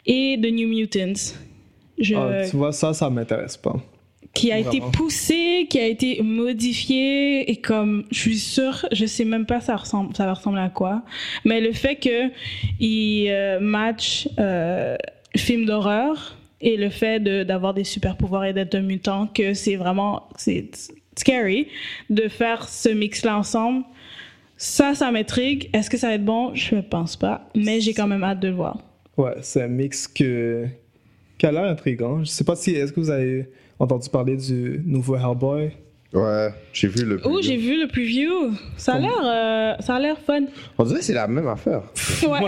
S6: Et The New Mutants, je-
S5: Ah, tu vois, ça, ça m'intéresse pas.
S6: qui a été
S5: vraiment.
S6: poussé, qui a été modifié, et comme je suis sûre, je sais même pas ça, ressemble, ça va ressembler à quoi, mais le fait qu'il euh, match euh, film d'horreur et le fait de- d'avoir des super pouvoirs et d'être un mutant, que c'est vraiment c'est scary de faire ce mix-là ensemble. Ça, ça m'intrigue. Est-ce que ça va être bon? Je ne pense pas. Mais j'ai quand même hâte de le voir.
S5: Ouais, c'est un mix que... qui a l'air intriguant. Je sais pas si. Est-ce que vous avez entendu parler du nouveau Hellboy
S4: Ouais, j'ai vu le.
S6: Oh, j'ai vu le preview. Ça a l'air, euh, ça a l'air fun.
S4: On dirait que c'est la même affaire.
S6: Ouais.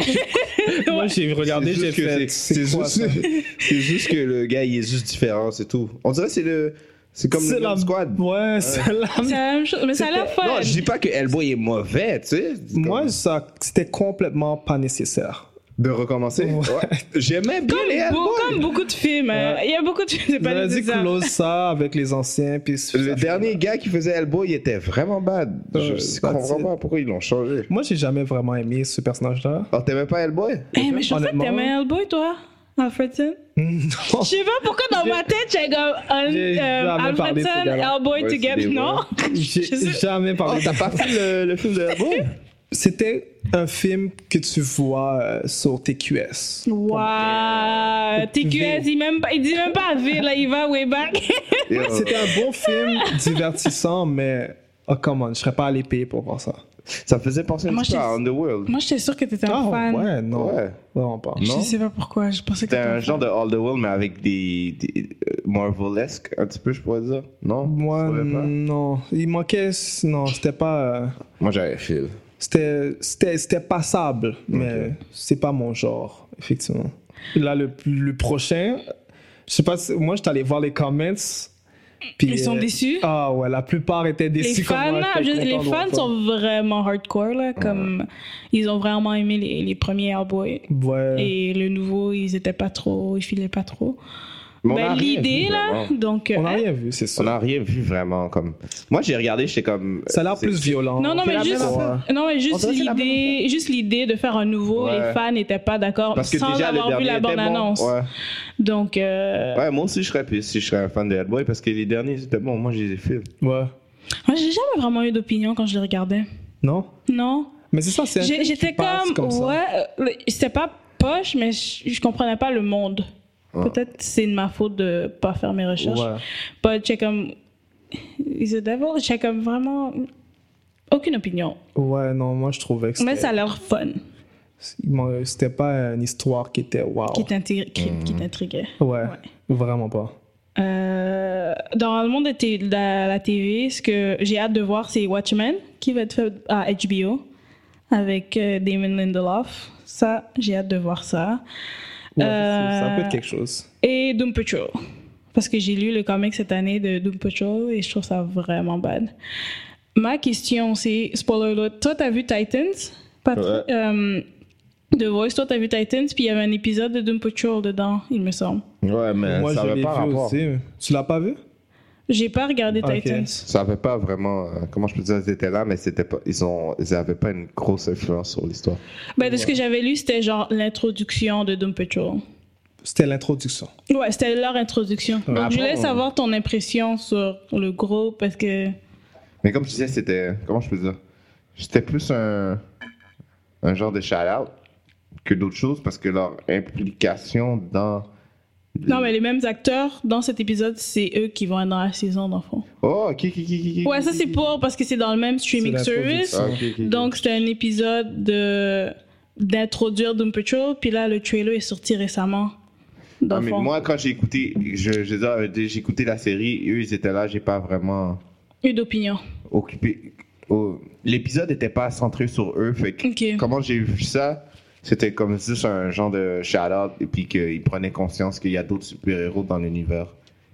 S5: Moi, j'ai regardé,
S4: C'est
S5: j'ai
S4: juste que
S5: fait.
S4: c'est- C'est
S5: C'est quoi ça
S4: juste, c'est juste que le gars, il est juste différent, c'est tout. On dirait que c'est le. C'est comme
S5: C'est
S4: le
S5: la-
S4: Gun Squad.
S5: Ouais, c'est la
S6: C'est la même chose, mais ça a l'air fun.
S4: Non, je dis pas que Hellboy est mauvais, tu sais. C'est comme-
S5: Moi, ça, c'était complètement pas nécessaire.
S4: De recommencer.
S5: Ouais.
S4: Ouais. J'aimais bien les
S6: Comme, beau- comme
S4: Hellboy.
S6: beaucoup de films. hein.
S5: Ouais.
S6: Il y a beaucoup de films, c'est
S5: Vous
S6: pas
S5: avez dit
S6: nécessaire.
S5: close ça avec les anciens, puis ça
S4: Le
S5: fait-
S4: dernier gars qui faisait Hellboy, il était vraiment bad.
S5: Euh,
S4: Je
S5: that's
S4: comprends
S5: it.
S4: pas pourquoi ils l'ont changé.
S5: Moi, j'ai jamais vraiment aimé ce personnage-là.
S4: Oh, t'aimais pas Hellboy?
S6: Eh, mais je pensais que
S5: Honnêtement-
S6: t'aimais Hellboy, toi, Alfredson.
S5: Non.
S6: Je sais pas pourquoi dans ma tête, j'ai comme un-
S5: J'ai
S6: euh,
S5: jamais parlé de ce
S6: Alfredson,
S5: gars-là.
S6: Hellboy
S4: Ouais, c'est
S6: together.
S4: des
S6: Non,
S5: J'ai
S6: Je sais-
S5: jamais
S4: Oh,
S5: parlé.
S4: t'as pas vu le, le film de Hellboy?
S5: C'était un film que tu vois euh, sur TQS.
S6: Wow! TQS, il, même, pas- il dit même pas V, là, il va way back.
S4: Yo,
S5: C'était un bon film divertissant, mais oh come on, je serais pas allé payer pour voir ça.
S4: ça me faisait penser un
S6: Moi,
S4: petit peu
S6: je-
S4: à Underworld.
S6: Moi, j'étais sûre que t'étais un
S5: Ah,
S6: fan.
S5: ouais, non.
S4: Ouais.
S5: Vraiment pas.
S6: Je
S4: Non?
S6: sais pas pourquoi, je pensais que
S4: C'était
S6: t'étais
S4: un
S6: fan.
S4: genre de All the World, mais avec des, des euh, Marvel-esque, un petit peu, je pourrais dire. Non?
S5: Moi, hmm.
S4: Je pourrais pas.
S5: non. Il manquait. Non, c'était pas. euh,
S4: Moi, j'avais Phil.
S5: C'était- C'était c'était passable, mais c'est pas mon genre, effectivement. Là, le, le prochain, je sais pas, si- moi, j'étais allé voir les comments. puis,
S6: Ils sont déçus?
S5: Ah ouais, la plupart étaient
S6: Les
S5: déçus. comme
S6: fans,
S5: moi,
S6: là,
S5: j'étais
S6: je- les
S5: content de voir
S6: fans
S5: ça.
S6: sont vraiment hardcore, là, comme ils ont vraiment aimé les, les premiers Hellboy.
S5: Ouais.
S6: Et le nouveau, ils étaient pas trop, ils filaient pas trop.
S4: Mais on
S6: Ben,
S4: a rien
S6: L'idée,
S4: vu,
S6: là,
S4: vraiment.
S6: donc.
S5: On n'a
S6: euh,
S5: rien vu, c'est
S4: On
S5: sûr.
S4: n'a rien vu vraiment. comme... Moi, j'ai regardé, j'étais comme. euh,
S5: Ça a l'air
S4: c'est-
S5: plus violent.
S6: Non, non,
S5: C'est
S6: mais
S5: la
S6: juste,
S5: même affaire.
S6: non, mais
S4: On
S6: juste
S4: dirait que c'est la même
S6: l'idée, juste l'idée de faire un nouveau,
S4: Ouais.
S6: les fans n'étaient pas d'accord
S4: Parce que
S6: sans
S4: déjà, le
S6: avoir vu
S4: dernier
S6: la
S4: était bon.
S6: bande-annonce.
S4: Ouais.
S6: Donc, euh,
S4: Ouais, moi aussi, je serais, si je serais un fan de Hellboy parce que les derniers étaient bons. Moi, je les ai fait.
S5: Ouais.
S6: moi, j'ai jamais vraiment eu d'opinion quand je les regardais.
S5: Non?
S6: Non.
S5: Mais c'est ça, c'est un film
S6: J'ai-
S5: qui
S6: J'étais
S5: passe
S6: comme,
S5: ça.
S6: ouais, euh, le- c'était pas poche, mais je, je comprenais pas le monde. Peut-être c'est de ma faute de pas faire mes recherches.
S5: Ouais.
S6: But j'étais comme, is the devil? J'étais comme vraiment aucune opinion.
S5: Ouais, non, moi, je trouvais que
S6: Mais ça
S5: c'était-
S6: a l'air fun,
S5: moi, c'était pas une histoire qui était wow.
S6: qui t'intégr- qui-
S5: Hmm.
S6: qui t'intriguait.
S5: Ouais, vraiment pas.
S6: Euh, dans le monde de, té- de la, la TV, ce que j'ai hâte de voir, c'est Watchmen, qui va être fait à HBO avec euh, Damon Lindelof. Ça, j'ai hâte de voir ça.
S5: Ouais,
S6: Euh,
S5: c'est- Ça peut être quelque chose.
S6: Et Doom Patrol. Parce que j'ai lu le comic cette année de Doom Patrol et je trouve ça vraiment bad. Ma question, c'est spoiler alert. Toi, t'as vu Titans? Patrick,
S4: Ouais.
S6: euh, The Voice, toi, t'as vu Titans, puis il y avait un épisode de Doom Patrol dedans, il me semble.
S4: Ouais, mais
S5: Moi,
S4: euh, ça
S5: je l'ai
S4: n'avait
S5: vu
S4: pas rapport.
S5: aussi. Tu l'as pas vu?
S6: J'ai pas regardé
S5: Ok.
S6: Titans.
S4: Ça n'avait pas vraiment. euh, comment je peux dire, ils étaient là, mais c'était pas, ils ont, ils n'avaient pas une grosse influence sur l'histoire.
S6: Ben, de ce que j'avais lu, c'était genre l'introduction de Doom Patrol.
S5: C'était l'introduction.
S6: Ouais, c'était leur introduction. Donc,
S4: Ah
S6: je
S4: bon?
S6: voulais savoir ton impression sur le groupe parce que.
S4: Mais comme je disais, c'était. Comment je peux dire C'était plus un. Un genre de shout-out que d'autres choses parce que leur implication dans.
S6: Non, mais les mêmes acteurs dans cet épisode, c'est eux qui vont être dans la saison, dans le fond.
S4: Oh, qui, qui, qui, qui, qui
S6: Ouais,
S4: qui,
S6: ça,
S4: qui,
S6: c'est
S4: qui.
S6: pour parce que c'est dans le même streaming
S5: C'est
S6: service.
S5: l'introduction.
S4: Ah, ok, ok, ok.
S6: Donc, c'était un épisode de d'introduire Doom Patrol, puis là, le trailer est sorti récemment. Dans
S4: Ah,
S6: le
S4: mais
S6: fond.
S4: moi, quand j'ai écouté, je, je, disais, euh, j'ai écouté la série, eux, ils étaient là, j'ai pas vraiment
S6: Une opinion.
S4: occupé. oh, L'épisode n'était pas centré sur eux, fait que
S6: Ok.
S4: comment j'ai vu ça, c'était comme juste un genre de shout-out, et puis qu'ils prenaient conscience qu'il y a d'autres super-héros dans l'univers,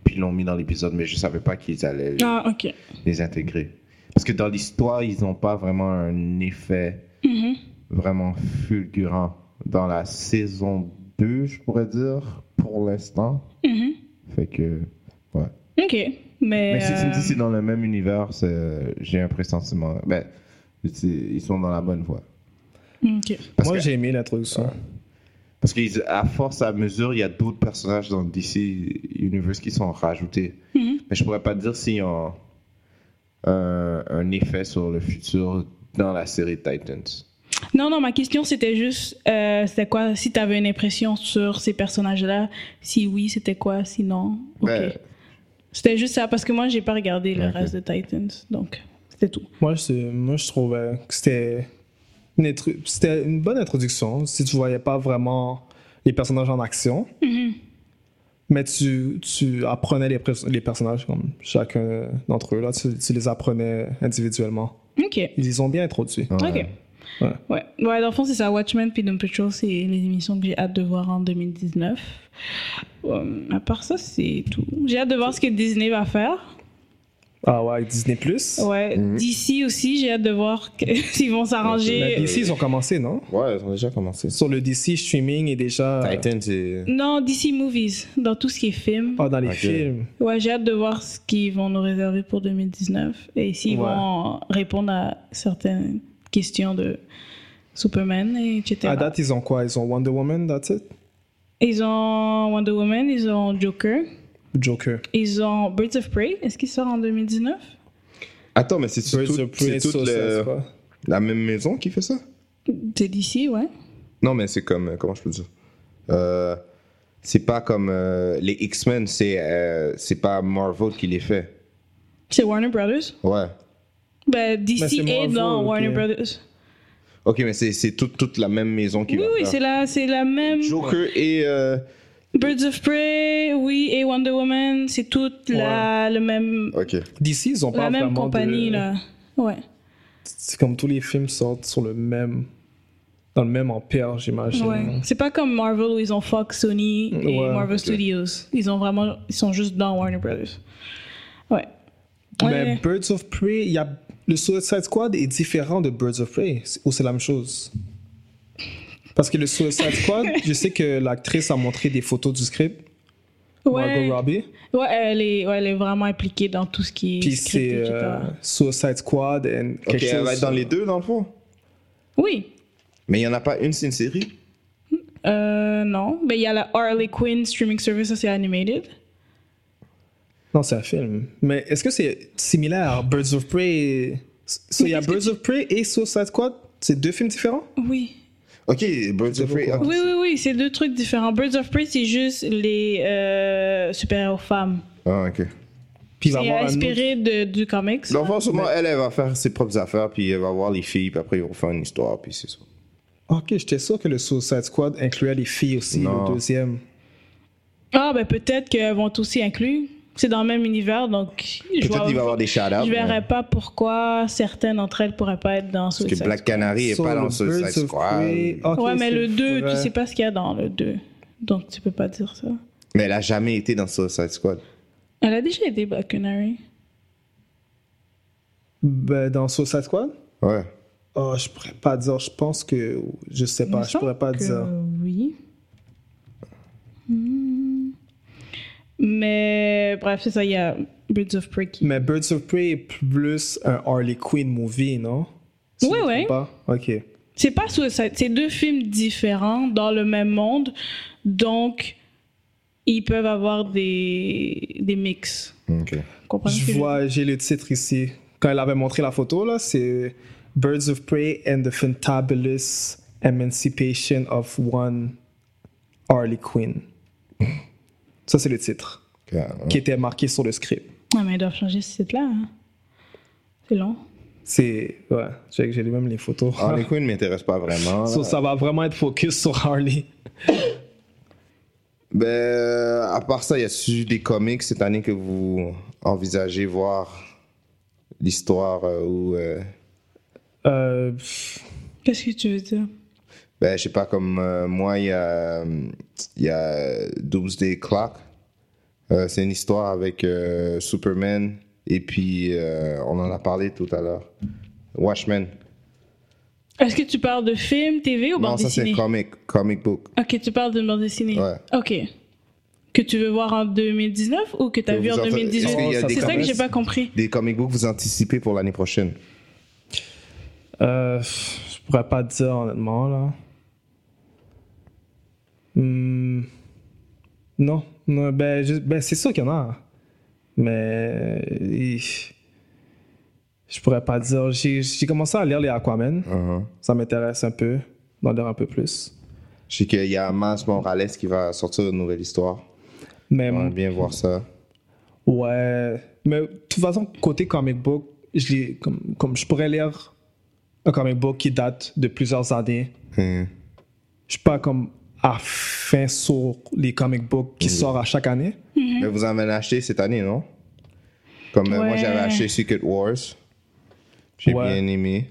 S4: puis ils l'ont mis dans l'épisode, mais je savais pas qu'ils allaient les-
S6: Ah, ok.
S4: les intégrer. Parce que dans l'histoire, ils n'ont pas vraiment un effet
S6: Mhm.
S4: vraiment fulgurant. Dans la saison 2, je pourrais dire, pour l'instant.
S6: Mhm.
S4: Fait que, ouais.
S6: Ok. Mais.
S4: Mais si tu me dis
S6: euh,
S4: c'est dans le même univers, c'est- j'ai un pressentiment. Ben, c'est- ils sont dans la bonne voie.
S6: euh, ok.
S4: Parce
S5: Moi,
S4: que-
S5: j'ai aimé l'introduction.
S4: Parce qu'à force, à mesure, il y a d'autres personnages dans le DC Universe qui sont rajoutés.
S6: Mhm.
S4: Mais je pourrais pas te dire s'ils ont un, un effet sur le futur dans la série Titans.
S6: Non, non, ma question c'était juste, euh, c'était quoi, si tu avais une impression sur ces personnages-là, si oui, c'était quoi, sinon, ok.
S4: Ben,
S6: C'était juste ça, parce que moi, j'ai pas regardé le
S4: Ok.
S6: reste de Titans, donc c'était tout.
S5: Moi, je, moi, je trouvais que c'était une, intru- c'était une bonne introduction. Si tu voyais pas vraiment les personnages en action,
S6: Mm-hmm.
S5: mais tu, tu apprenais les, pres- les personnages, comme chacun d'entre eux, là, tu, tu les apprenais individuellement.
S6: Ok.
S5: Ils les ont bien introduits.
S4: Ah,
S6: Ok.
S5: Ouais.
S6: Ouais, ouais dans le fond, c'est ça. Watchmen puis Doom Patrol, c'est les émissions que j'ai hâte de voir en 2019. Euh, à part ça, c'est tout. J'ai hâte de voir ce que Disney va faire.
S5: Ah ouais, Disney Plus.
S6: Ouais, d'ici aussi, j'ai hâte de voir que- s'ils vont s'arranger.
S5: Ici, ils ont commencé, non
S4: Ouais, ils ont déjà commencé.
S5: Sur le DC streaming et déjà.
S4: c'est.
S6: Non, DC Movies, dans tout ce qui est film.
S5: Ah, dans les
S4: Ok.
S5: films.
S6: Ouais, j'ai hâte de voir ce qu'ils vont nous réserver pour 2019 et s'ils
S5: Ouais.
S6: vont répondre à certaines questions de Superman, et etc.
S5: À date, ils ont quoi Ils ont Wonder Woman, that's it
S6: Ils ont Wonder Woman, ils ont Joker,
S5: Joker.
S6: ils ont Birds of Prey. Est-ce qu'il sort en 2019
S4: Attends, mais c'est tout,
S5: Birds of Prey,
S4: c'est
S5: ça, ça,
S4: tout le.
S5: c'est quoi
S4: La même maison qui fait ça
S6: C'est d'ici, ouais.
S4: Non, mais c'est comme. Comment je peux dire Euh, C'est pas comme. euh, les X-Men, c'est euh, c'est pas Marvel qui les fait.
S6: C'est Warner Brothers.
S4: Ouais.
S6: Ben, DC
S5: Ben, c'est
S6: est dans
S5: Marvel,
S6: Warner
S5: ok.
S6: Brothers.
S4: Ok, mais c'est- c'est toute toute la même maison qui
S6: Oui,
S4: va
S6: oui,
S4: faire.
S6: c'est la, c'est la même.
S4: Joker et. euh,
S6: Birds of Prey, oui, et Wonder Woman, c'est toute la, le même,
S4: ok.
S5: D'ici, ils ont pas
S6: la même
S5: vraiment
S6: compagnie,
S5: de-
S6: là. Ouais.
S5: C'est comme tous les films sortent sur le même. Dans le même empire, j'imagine.
S6: Ouais. C'est pas comme Marvel où ils ont Fox, Sony et
S5: Ouais,
S6: Marvel
S4: ok.
S6: Studios. Ils ont vraiment, ils sont juste dans Warner Brothers. Ouais.
S5: Mais
S6: Ouais.
S5: Birds of Prey, il y a... le Suicide Squad est différent de Birds of Prey, c'est- ou c'est la même chose Parce que le Suicide Squad, je sais que l'actrice a montré des photos du script,
S6: ouais.
S5: Margot Robbie,
S6: Ouais, elle est, ouais, elle est vraiment impliquée dans tout ce qui est
S5: puis
S6: script,
S5: c'est
S6: etc.
S5: euh, Suicide Squad et quelque
S4: Ok, elle
S5: chose-
S4: va être dans les deux, dans le fond.
S6: Oui.
S4: Mais il n'y en a pas une, c'est une série.
S6: Euh, non. Mais il y a la Harley Quinn streaming service, ça c'est animated.
S5: Non, c'est un film. Mais est-ce que c'est similaire à Birds of Prey et- So, il y a
S6: Mais qu'est-ce
S5: Birds of Prey et Suicide Squad C'est deux films différents
S6: Oui.
S4: Ok, Birds of Prey. ok.
S6: Oui, oui, oui, c'est deux trucs différents. Birds of Prey, c'est juste les euh, super-héros femmes.
S4: Ah, ok.
S5: Puis il va y
S6: C'est
S5: avoir un autre-
S6: inspiré de, du comics.
S4: Dans le fond, sûrement, elle, elle va faire ses propres affaires, puis elle va voir les filles, puis après, ils vont faire une histoire, puis c'est ça.
S5: Ok, j'étais sûr que le Suicide Squad incluait les filles aussi,
S4: Non.
S5: le deuxième.
S6: Ah, ben peut-être qu'elles vont être aussi inclus. C'est dans le même univers, donc je
S4: Peut-être qu'il va y avoir des shout-outs.
S6: je
S4: mais-
S6: verrais pas pourquoi certaines d'entre elles pourraient pas être dans
S4: Parce
S6: Suicide
S4: que Black Canary est
S5: Sur
S4: pas
S5: le
S4: dans
S5: Birds
S4: Suicide
S5: of
S4: Squad.
S5: Prey.
S6: Squad.
S5: Ok,
S6: ouais, mais
S5: c'est
S6: le 2,
S5: vrai.
S6: tu sais pas ce qu'il y a dans le 2. Donc tu peux pas dire ça.
S4: Mais elle a jamais été dans Suicide Squad.
S6: Elle a déjà été Black Canary.
S5: Ben, dans Suicide Squad
S4: Ouais.
S5: Oh, je pourrais pas dire. Je pense que. Je sais
S6: Il me
S5: pas, Bah, je
S6: semble
S5: pourrais pas
S6: que
S5: dire.
S6: Oui. Hmm. Mais bref, c'est ça, il y a Birds of Prey qui-
S5: Mais Birds of Prey est plus un Harley Quinn movie, non Si je
S6: Ouais,
S5: me trompe
S6: ouais.
S5: Pas? Ok.
S6: C'est pas Suicide, c'est deux films différents dans le même monde, donc ils peuvent avoir des, des mix.
S4: Ok.
S6: Comprenez ce que
S5: Je vois, j'ai le titre ici. Quand elle avait montré la photo, là, c'est Birds of Prey and the Fantabulous Emancipation of One Harley Quinn. Ça, c'est le titre
S4: Ok, ouais.
S5: qui était marqué sur le script.
S6: Ah, mais ils doivent changer ce titre-là. hein. C'est long.
S5: C'est. Ouais, j'ai j'ai même les photos.
S4: Harley Quinn m'intéresse pas vraiment.
S5: So, ça va vraiment être focus sur Harley.
S4: Ben, à part ça, y a-tu des comics cette année que vous envisagez voir l'histoire euh, ou. euh,
S5: Euh, pff,
S6: Qu'est-ce que tu veux dire?
S4: ben, je sais pas, comme euh, moi, il y a, euh, y a Doomsday Clock. Euh, c'est une histoire avec euh, Superman et puis euh, on en a parlé tout à l'heure. Watchmen.
S6: Est-ce que tu parles de film, TV ou
S4: non,
S6: bande
S4: ça c'est
S6: dessinée?
S4: comic, comic book.
S6: Ok, tu parles de bande dessinée.
S4: Ouais.
S6: Ok. Que tu veux voir en 2019 ou que tu as
S4: Que
S6: vu
S4: vous
S6: en
S4: entendez- est-ce qu'il y
S6: 2018?
S4: a des
S6: C'est ça que
S4: comics-
S6: j'ai pas compris.
S4: Des comic books vous anticipez pour l'année prochaine.
S5: euh, pff, je pourrais pas te dire honnêtement là. Hmm, non, non, ben, je- ben, c'est sûr qu'il y en a, mais eh, je pourrais pas dire. J'ai j'ai commencé à lire les Aquaman,
S4: Uh-huh.
S5: ça m'intéresse un peu, d'en lire un peu plus.
S4: Je sais qu'il y a Miles Morales qui va sortir une nouvelle histoire.
S5: Mais
S4: On va bien voir ça.
S5: Ouais. Mais de toute façon, côté comic book, je l'ai- comme, comme je pourrais lire un comic book qui date de plusieurs années.
S4: Hmm.
S5: Je suis pas comme à fin sur les comic books qui sortent à chaque année.
S6: Mhm.
S4: Mais vous en avez acheté cette année, non? Comme euh, moi,
S6: Ouais.
S4: j'avais acheté Secret Wars. J'ai
S5: Ouais.
S4: bien aimé.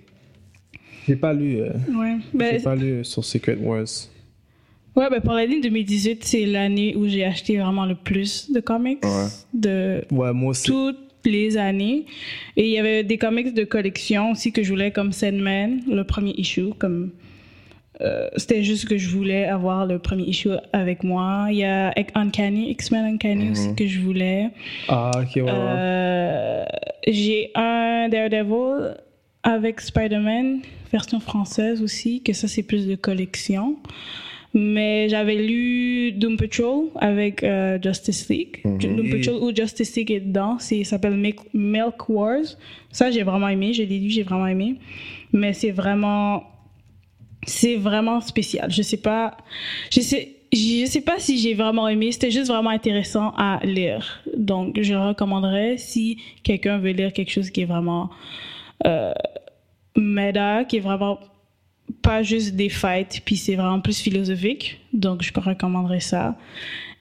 S5: J'ai pas lu. euh,
S6: Ouais.
S5: j'ai
S6: Ben,
S5: pas lu sur Secret Wars.
S6: ouais, ben pour l'année 2018, c'est l'année où j'ai acheté vraiment le plus de comics.
S4: Ouais.
S6: De
S5: Ouais, moi aussi.
S6: toutes les années. Et il y avait des comics de collection aussi que je voulais, comme Sandman, le premier issue. Comme, euh, c'était juste que je voulais avoir le premier issue avec moi. Il y a Uncanny, X-Men Uncanny
S4: Mm-hmm.
S6: aussi que je voulais.
S5: Ah, ok, ouais. ouais.
S6: Euh, j'ai un Daredevil avec Spider-Man, version française aussi, que ça c'est plus de collection. Mais j'avais lu Doom Patrol avec euh, Justice League. Doom Patrol où Justice League est dedans. C'est- Il s'appelle Milk- Milk Wars. Ça, j'ai vraiment aimé. Je l'ai lu, j'ai vraiment aimé. Mais c'est vraiment. C'est vraiment spécial. Je sais pas. Je sais. Je sais pas si j'ai vraiment aimé, c'était juste vraiment intéressant à lire. Donc, je le recommanderais si quelqu'un veut lire quelque chose qui est vraiment euh, meta, qui est vraiment pas juste des fights, puis c'est vraiment plus philosophique. Donc, je recommanderais ça.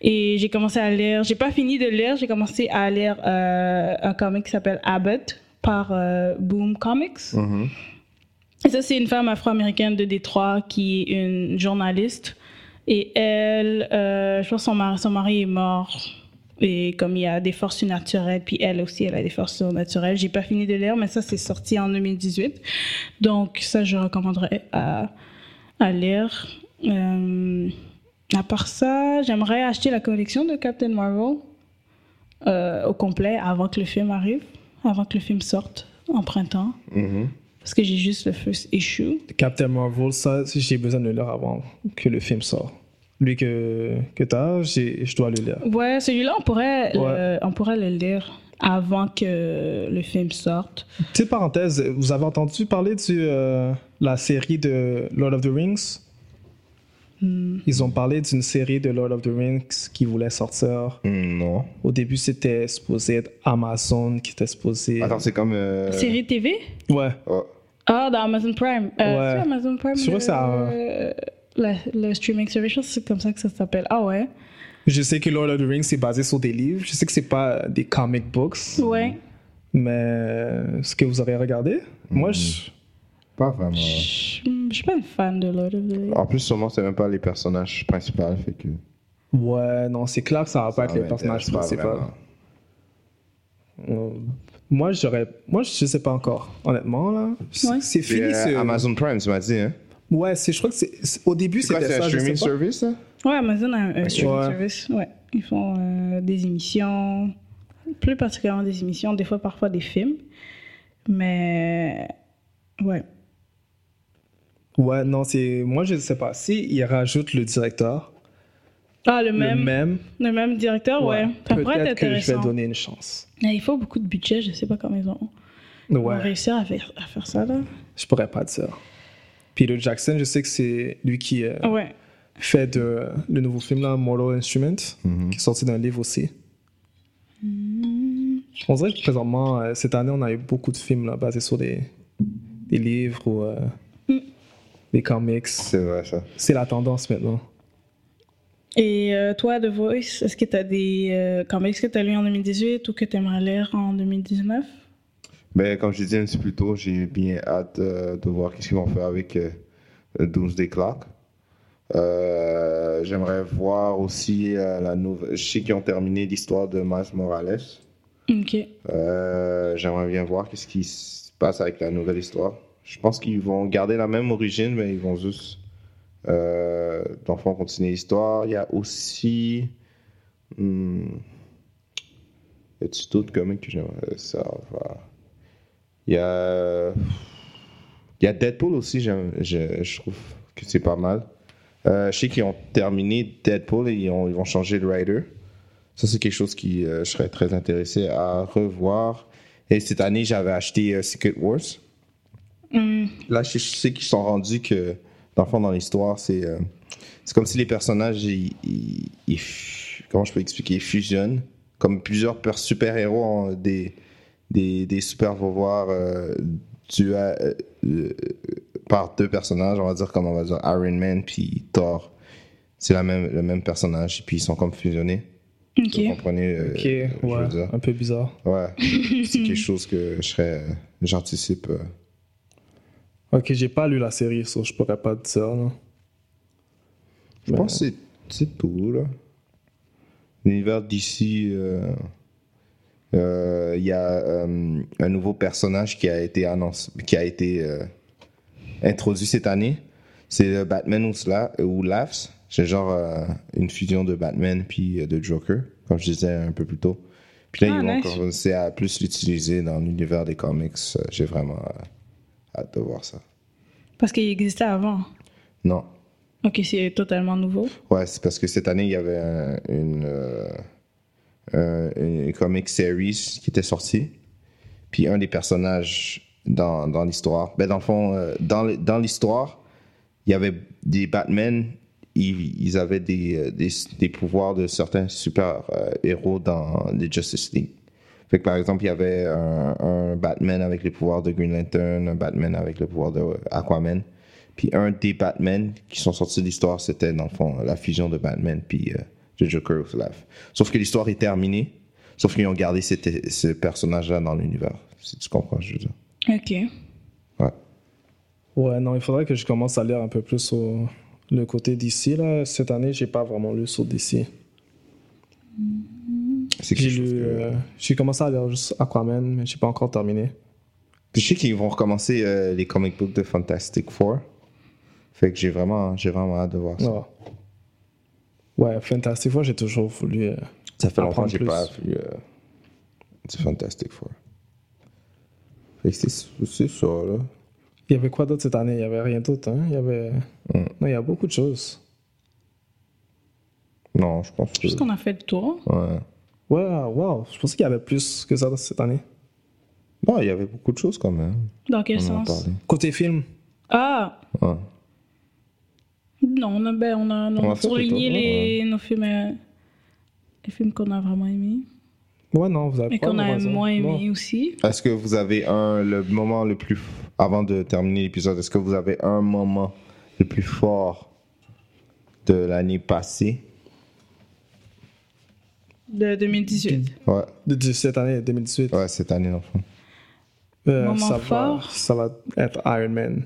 S6: Et j'ai commencé à lire, j'ai pas fini de lire, j'ai commencé à lire euh, un comic qui s'appelle Abbott par euh, Boom Comics. Et ça, c'est une femme afro-américaine de Détroit qui est une journaliste. Et elle, euh, je pense que son mari, son mari est mort. Et comme il y a des forces surnaturelles, puis elle aussi, elle a des forces surnaturelles. J'ai pas fini de lire, mais ça, c'est sorti en 2018. Donc, ça, je recommanderais à, à lire. Euh, à part ça, j'aimerais acheter la collection de Captain Marvel euh, au complet avant que le film arrive, avant que le film sorte en printemps. Parce que j'ai juste le first issue.
S5: Captain Marvel, ça, si j'ai besoin de le lire avant que le film sorte. Lui que, que t'as, j'ai- je dois le lire.
S6: Ouais, celui-là, on pourrait, le-
S5: Ouais.
S6: on pourrait le lire avant que le film sorte.
S5: Petite parenthèse, vous avez entendu parler de la série de Lord of the Rings
S6: Hmm.
S5: Ils ont parlé d'une série de Lord of the Rings qui voulait sortir.
S4: Mm, Non.
S5: Au début, c'était supposé être Amazon qui était supposé.
S4: Attends, c'est comme. euh,
S6: Série TV
S5: Ouais.
S4: oh,
S6: Ah, dans Amazon Prime. Euh,
S5: Ouais.
S6: c'est Amazon Prime.
S5: Je crois
S6: le-
S5: que c'est à-
S6: euh, la- le streaming service, je pense que c'est comme ça que ça s'appelle. Ah ouais.
S5: Je sais que Lord of the Rings, c'est basé sur des livres. Je sais que c'est pas des comic books.
S6: Ouais.
S5: Mais euh, est-ce que vous avez regardé Moi, je.
S4: pas vraiment.
S6: Je je suis pas une fan de Lord of the Rings.
S4: En plus, sûrement, c'est même pas les personnages principaux. Fait que. Ah,
S5: Ouais, non, c'est clair que ça va pas être les personnages principaux. Euh, Moi, j'aurais. Moi, je sais pas encore, honnêtement, là. C'est
S6: Ouais.
S5: c'est fini
S4: Fini,
S5: ce.
S4: euh, Amazon Prime, tu m'as dit, hein?
S5: Ouais, c'est, je crois que c'est, c'est- au début,
S4: C'est
S5: c'était
S4: quoi, c'est
S5: ça.
S4: un
S5: je sais
S4: streaming
S5: pas.
S4: service, ça?
S6: Ouais, Amazon a un un streaming
S5: Ouais.
S6: service. Ouais. Ils font euh, des émissions, plus particulièrement des émissions, des fois parfois des films. Mais. Ouais.
S5: Ouais, non, c'est. Moi, je sais pas. Si ils rajoutent le directeur,
S6: Ah, le même,
S5: le
S6: le même,
S5: même,
S6: directeur, ouais. Ça pourrait être
S5: peut-être que je vais
S6: intéressant.
S5: donner une chance.
S6: Mais il faut beaucoup de budget, je sais pas comment ils ont ont
S5: Ouais,
S6: réussi à faire, à faire ça, là.
S5: je pourrais pas dire. Peter Jackson, je sais que c'est lui qui euh,
S6: Ouais.
S5: fait de, le nouveau film, là, Mortal Instrument,
S4: Mhm.
S5: qui est sorti d'un livre aussi.
S6: Hmm.
S5: On dirait que présentement, euh, cette année, on a eu beaucoup de films là, basés sur des, des livres ou euh,
S6: Mm.
S5: des comics.
S4: C'est vrai, ça.
S5: C'est la tendance maintenant.
S6: Et euh, toi, The Voice, est-ce que t'as des euh, comics que t'as lu en 2018 ou que t'aimerais lire en 2019?
S4: Mais Ben, comme je disais un petit peu plus tôt, j'ai bien hâte euh, de voir qu'est-ce qu'ils vont faire avec euh, le Doomsday Clock. Euh, J'aimerais voir aussi euh, la nouvelle. Je sais qu'ils ont terminé l'histoire de Miles Morales.
S6: Ok.
S4: Euh, J'aimerais bien voir qu'est-ce qui se passe avec la nouvelle histoire. Je pense qu'ils vont garder la même origine, mais ils vont juste, euh, dans le fond, continuer l'histoire. Il y a aussi. Hmm, y a-t-il d'autres comics que j'aimerais ça va. Il y a. Il y a Deadpool aussi, j'aime- je, je trouve que c'est pas mal. Euh, je sais qu'ils ont terminé Deadpool et ils, ont- ils vont changer le writer. Ça, c'est quelque chose qui euh, je serais très intéressé à revoir. Et cette année, j'avais acheté euh, Secret Wars.
S6: Hum,
S4: Là, je sais qu'ils sont rendus que, dans le fond, dans l'histoire, c'est euh, c'est comme si les personnages, ils, ils- ils fu- comment je peux expliquer, ils fusionnent. Comme plusieurs per- super-héros ont des, des, des super-pouvoirs euh, dus à, euh, euh, par deux personnages, on va dire, comme on va dire Iron Man puis Thor. C'est la même, le même personnage, puis ils sont comme fusionnés.
S6: Ok.
S4: Vous comprenez euh,
S5: Ok,
S4: euh, je veux
S5: ouais,
S4: dire.
S5: un peu bizarre.
S4: Ouais, c'est quelque chose que je serais, euh, j'anticipe. euh.
S5: Ok, j'ai pas lu la série, ça, je pourrais pas te dire. là.
S4: Je
S5: Ouais.
S4: pense que c'est- c'est tout, là. L'univers d'ici, euh, euh, il y a euh, un nouveau personnage qui a été annoncé, qui a été euh, introduit cette année. C'est le Batman ou Sla- ou Laughs. C'est genre euh, une fusion de Batman puis euh, de Joker, comme je disais un peu plus tôt. Puis là,
S6: Ah,
S4: ils vont
S6: nice.
S4: commencer à plus l'utiliser dans l'univers des comics. Euh, J'ai vraiment euh, hâte de voir ça.
S6: Parce qu'il existait avant.
S4: Non.
S6: Ok, c'est totalement nouveau.
S4: Ouais, c'est parce que cette année, il y avait un- une, euh, un- une comic series qui était sortie. Puis un des personnages dans, dans l'histoire, ben dans le fond, euh, dans, le- dans l'histoire, il y avait des Batman, ils, ils avaient des, euh, des, des pouvoirs de certains super-héros dans les Justice League. Fait que par exemple, il y avait un, un Batman avec les pouvoirs de Green Lantern, un Batman avec le pouvoir de euh, Aquaman. Puis un des Batman qui sont sortis de l'histoire, c'était dans le fond la fusion de Batman puis euh, de Joker of Life. Sauf que l'histoire est terminée, sauf qu'ils ont gardé cet- ce personnage-là dans l'univers, si tu comprends, je veux dire.
S6: Ok.
S4: Ouais.
S5: Ouais, non, il faudrait que je commence à lire un peu plus sur le côté d'ici. Là. Cette année, j'ai pas vraiment lu sur d'ici.
S4: C'est
S5: J'ai,
S4: quelque chose
S5: lu,
S4: que-
S5: euh, j'ai commencé à lire juste Aquaman, mais j'ai pas encore terminé.
S4: Puis je sais qu'ils vont recommencer euh, les comic books de Fantastic Four. Fait que j'ai vraiment, j'ai vraiment hâte de voir ça.
S5: Ouais. Ouais, Fantastic Four, j'ai toujours voulu. euh,
S4: Ça fait longtemps
S5: Apprendre
S4: que j'ai
S5: plus.
S4: pas vu euh, du Fantastic Four. Fait que c'est c'est ça, là.
S5: Il y avait quoi d'autre cette année Il y avait rien d'autre. Hein? Il y avait.
S4: Mm.
S5: Non, il y a beaucoup de choses.
S4: Non, je pense que...
S6: Juste qu'on a fait le tour.
S4: Ouais.
S5: Ouais, wow. Je pensais qu'il y avait plus que ça cette année.
S4: Bon, il y avait beaucoup de choses quand même.
S6: Dans quel
S5: Ah,
S4: On en a
S6: sens
S4: parlé.
S5: Côté film,
S6: Ah
S4: Ouais.
S6: Non, on a, ben, on a, on a
S4: On a fait le
S6: surligné
S4: tour,
S6: les, nos films, euh, les films qu'on a vraiment aimés.
S5: ouais, non, vous avez
S6: Mais qu'on
S5: probablement
S6: a
S5: raison.
S6: moins
S5: Non.
S6: aimés aussi.
S4: Est-ce que vous avez un le moment le plus f- avant de terminer l'épisode Est-ce que vous avez un moment le plus fort de l'année passée
S6: De 2018.
S4: Ouais,
S5: De, de cette année, 2018.
S4: ouais cette année dans le fond.
S5: Euh,
S6: Moment
S5: ça, va,
S6: fort.
S5: ça va être Iron Man.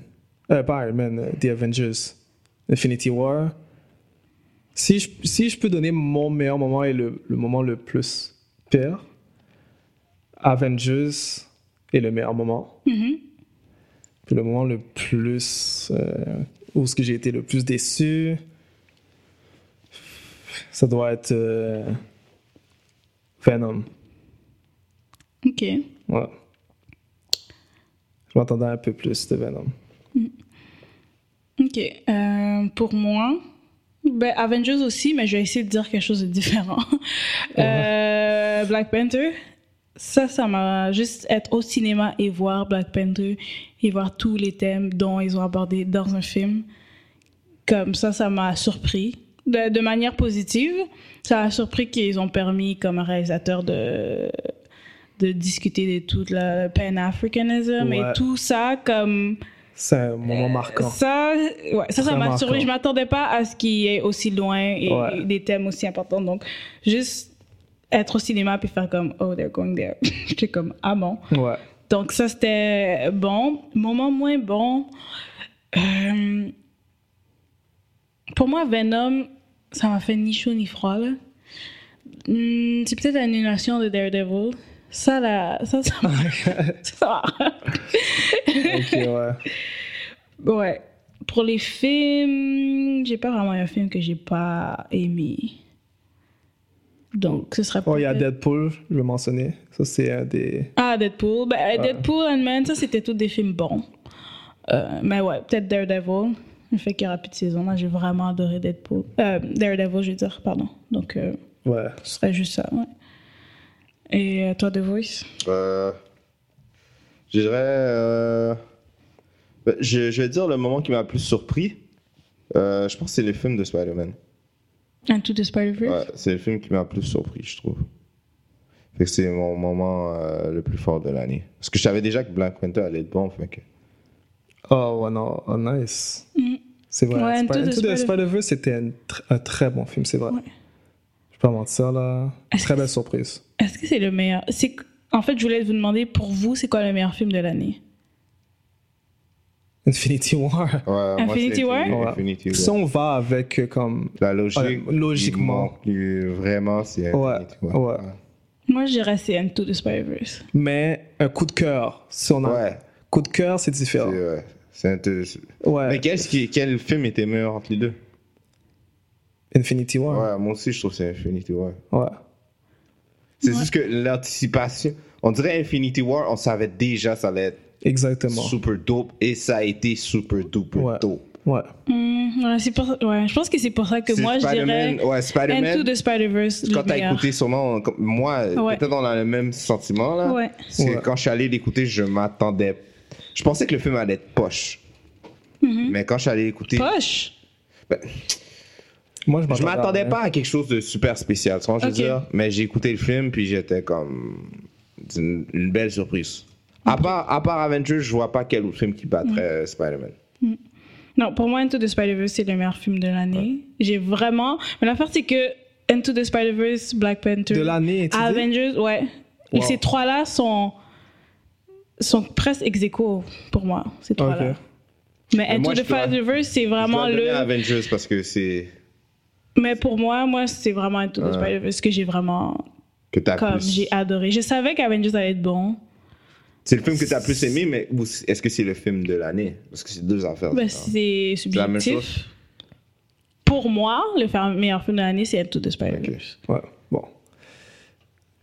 S5: Euh, pas Iron Man, euh, The Avengers. Infinity War. Si je, si je peux donner mon meilleur moment et le, le moment le plus pire, Avengers est le meilleur moment.
S6: Mm-hmm.
S5: Puis le moment le plus. euh, où ce que j'ai été le plus déçu, ça doit être euh, Venom.
S6: Ok.
S5: Ouais. Je m'attendais un peu plus de Venom.
S6: Ok. Euh, pour moi, ben, Avengers aussi, mais je vais essayer de dire quelque chose de différent. Euh, Black Panther, ça, ça m'a juste être au cinéma et voir Black Panther et voir tous les thèmes dont ils ont abordé dans un film. Comme ça, ça m'a surpris. De, de manière positive, ça m'a surpris qu'ils ont permis comme réalisateur de de discuter de toute la pan-africanism
S5: Ouais.
S6: et tout ça comme
S5: C'est un moment marquant.
S6: ça, ouais, ça, ça
S5: Très
S6: m'a
S5: marquant.
S6: surpris. Je m'attendais pas à ce qu'il y ait aussi loin et,
S5: Ouais.
S6: et des thèmes aussi importants. Donc, juste être au cinéma puis faire comme oh they're going there. J'étais comme ah bon.
S5: Ouais.
S6: Donc ça c'était bon. Moment moins bon. euh, pour moi Venom, ça m'a fait ni chaud ni froid là. Hmm, c'est peut-être l'annulation de Daredevil. Ça là, ça ça m'a- ça m'a-
S5: Ok, ouais.
S6: Ouais. Pour les films, j'ai pas vraiment un film que j'ai pas aimé. Donc, ce serait
S5: Oh, il y a
S6: peut-être-
S5: Deadpool, je vais mentionner. Ça, c'est un des.
S6: Ah, Deadpool. Ben, euh, Deadpool, Ant-Man, ça, c'était tous des films bons. Euh, mais ouais, peut-être Daredevil. Le fait qu'il y aura plus de saison, là, j'ai vraiment adoré Deadpool. Euh, Daredevil, je veux dire, pardon. Donc, euh,
S5: Ouais.
S6: ce serait juste ça, ouais. Et euh, toi, The Voice
S4: Euh, je dirais. euh, ben, je, je vais dire le moment qui m'a le plus surpris. Euh, je pense que c'est le film de Spider-Man.
S6: Into the Spider-Verse
S4: Ouais, c'est le film qui m'a le plus surpris, je trouve. Fait que c'est mon moment euh, le plus fort de l'année. Parce que je savais déjà que Black Panther allait être bon. Fait que...
S5: Oh, ouais, non. Oh, nice.
S6: Mm.
S5: C'est vrai.
S6: Ouais,
S5: Spider-
S6: Into the
S5: Into the
S6: Spider-
S5: Spider-Verse, c'était un, tr- un très bon film, c'est vrai.
S6: Ouais.
S5: Je peux pas mentir, là.
S6: Est-ce
S5: Très belle surprise.
S6: Est-ce que c'est le meilleur C'est En fait, je voulais vous demander, pour vous, c'est quoi le meilleur film de l'année
S5: Infinity War.
S4: Ouais, moi,
S6: Infinity
S4: c'est
S6: War?
S4: Infinity-
S5: Ouais.
S4: Infinity War.
S5: Si on va avec, euh, comme.
S4: La logique.
S5: Ouais, logiquement.
S4: il manque, euh, Vraiment, c'est
S5: Ouais,
S4: Infinity War.
S5: ouais.
S6: Moi, je dirais c'est Into the Spider-Verse.
S5: Mais un coup de cœur. Si on a.
S4: Ouais,
S5: Coup de cœur, c'est
S4: c'est
S5: différent.
S4: ouais, c'est intéressant.
S5: Ouais.
S4: Mais qu'est-ce qui- quel film était meilleur entre les deux
S5: Infinity War.
S4: Ouais, moi aussi, je trouve que c'est Infinity War.
S5: Ouais.
S4: C'est
S6: Ouais.
S4: juste que l'anticipation. On dirait Infinity War, on savait déjà ça allait être
S5: Exactement.
S4: super dope et ça a été super duper
S5: Ouais.
S4: dope.
S5: Ouais.
S6: Hmm, ouais, c'est pour- ouais, je pense que c'est pour ça que
S4: C'est
S6: moi, je
S4: Spider-Man-
S6: dirais
S4: ouais, Spider-Man.
S6: Into the Spider-Verse. le
S4: Quand t'as
S6: meilleur.
S4: écouté sûrement, comme- moi,
S6: Ouais.
S4: peut-être on a le même sentiment là.
S6: Ouais.
S4: C'est
S5: Ouais.
S4: quand je suis allé l'écouter, je m'attendais. Je pensais que le film allait être poche. Mais quand je suis allé l'écouter,
S6: Mm-hmm. Poche.
S4: ben,
S5: Moi, je
S4: je
S5: m'attendais à
S4: m'attendais
S5: rien.
S4: pas à quelque chose de super spécial, tu vois, je veux
S6: Ok.
S4: dire. Mais j'ai écouté le film, puis j'étais comme. c'est une, une belle surprise. À part, à part Avengers, je vois pas quel autre film qui battrait euh, Spider-Man.
S6: Non, pour moi, Into the Spider-Verse, c'est le meilleur film de l'année. J'ai vraiment. Mais l'affaire, c'est que Into the Spider-Verse, Black Panther.
S5: De l'année, tu dis?
S6: Avengers, ouais. Et
S5: Wow.
S6: ces trois-là sont. sont presque ex aequo pour moi, ces trois-là.
S5: Ok.
S6: Mais Into
S4: moi, je
S6: the
S4: dois-
S6: Spider-Verse, c'est vraiment
S4: je dois donner
S6: le.
S4: à Avengers parce que c'est.
S6: Mais pour moi, moi, c'est vraiment Into the Spider-Verse que j'ai vraiment.
S4: Que t'as
S6: Comme
S4: plus-
S6: j'ai adoré. Je savais qu'Avengers allait être bon.
S4: C'est le film que t'as plus aimé, mais ou c- est-ce que c'est le film de l'année Parce que c'est deux affaires.
S6: Ben,
S4: différentes.
S6: c'est
S4: la même
S6: subjectif.
S4: chose.
S6: Pour moi, le fa- meilleur film de l'année, c'est Into the Spider-Verse.
S5: Ouais, bon.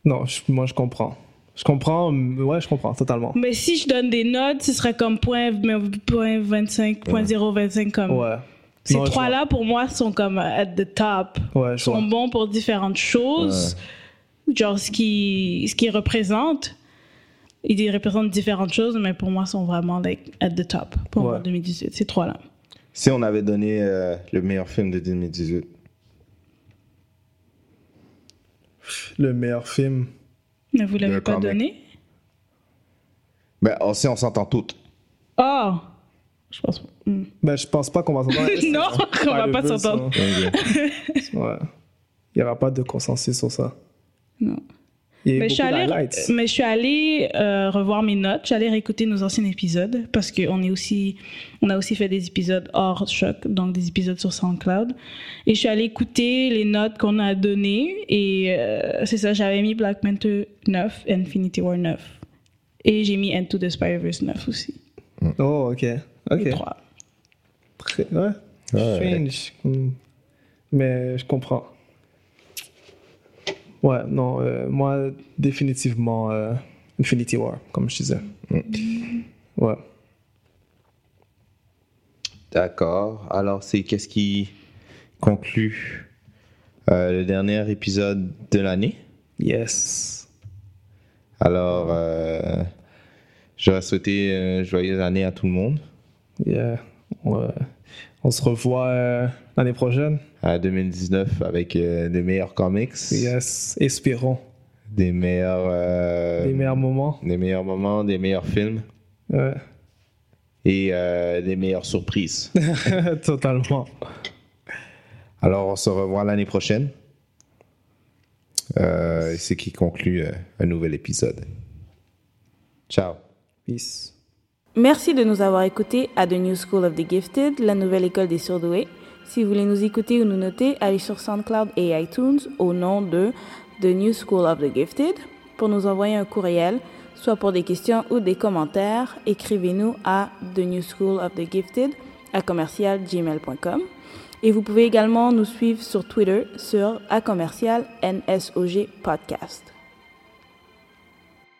S5: Non, je- moi, je comprends. Je comprends, mais ouais, je comprends totalement.
S6: Mais si je donne des notes, ce serait comme point, mais point 25, point 025 comme.
S5: Ouais.
S6: Ces
S5: Non, je vois.
S6: trois-là, pour moi, sont comme at the top.
S5: Ouais, je
S6: sont
S5: vois.
S6: bons pour différentes choses. Genre, ce qu'ils ce qu'ils représentent, ils représentent différentes choses, mais pour moi, sont vraiment like, at the top pour moi,
S5: Ouais.
S6: 2018, ces trois-là.
S4: Si on avait donné euh, le meilleur film de 2018,
S5: Le meilleur film.
S6: Mais vous l'avez
S4: Le
S6: pas
S4: comic.
S6: donné?
S4: ben, on, si on s'entend toutes.
S6: Oh! Je pense pas. Hmm.
S5: Ben, je pense pas qu'on va s'entendre.
S6: Non, on va pas
S5: Spider-Verse,
S6: s'entendre.
S5: hein. Ouais. Il n'y aura pas de consensus sur ça.
S6: Non.
S5: Il y a beaucoup
S6: Mais Ben, je, suis allée,
S5: d'highlights.
S6: mais je suis allée euh, revoir mes notes, je suis allée réécouter nos anciens épisodes parce qu'on est aussi, on a aussi fait des épisodes hors choc, donc des épisodes sur SoundCloud. Et je suis allée écouter les notes qu'on a données et euh, c'est ça, j'avais mis Black Panther 9, Infinity War 9. Et j'ai mis Into the Spider-Verse 9 aussi.
S5: Oh, ok.
S6: Les
S5: Ok.
S6: Mm. trois.
S5: Très- ouais. Strange. Hmm. Mais je comprends. Ouais, non, euh, moi, définitivement euh, Infinity War, comme je disais. Ouais.
S4: D'accord. Alors, c'est qu'est-ce qui conclut euh, le dernier épisode de l'année
S5: Yes.
S4: Alors, euh, j'aurais souhaité euh, joyeuse année à tout le monde.
S5: Yeah. Ouais. On se revoit euh, l'année prochaine.
S4: À 2019 avec euh, des meilleurs comics,
S5: Yes. Espérons.
S4: des meilleurs, euh,
S5: Les meilleurs moments.
S4: des meilleurs moments, des meilleurs films
S5: Ouais.
S4: et euh, des meilleures surprises.
S5: Totalement.
S4: Alors, on se revoit l'année prochaine. Euh, c'est qui conclut euh, un nouvel épisode. Ciao.
S5: Peace.
S7: Merci de nous avoir écoutés à The New School of the Gifted, la nouvelle école des surdoués. Si vous voulez nous écouter ou nous noter, allez sur SoundCloud et iTunes au nom de The New School of the Gifted pour nous envoyer un courriel, soit pour des questions ou des commentaires. Écrivez-nous à The New School of the Gifted à commercialgmail.com. Et vous pouvez également nous suivre sur Twitter sur à commercial NSOG Podcast.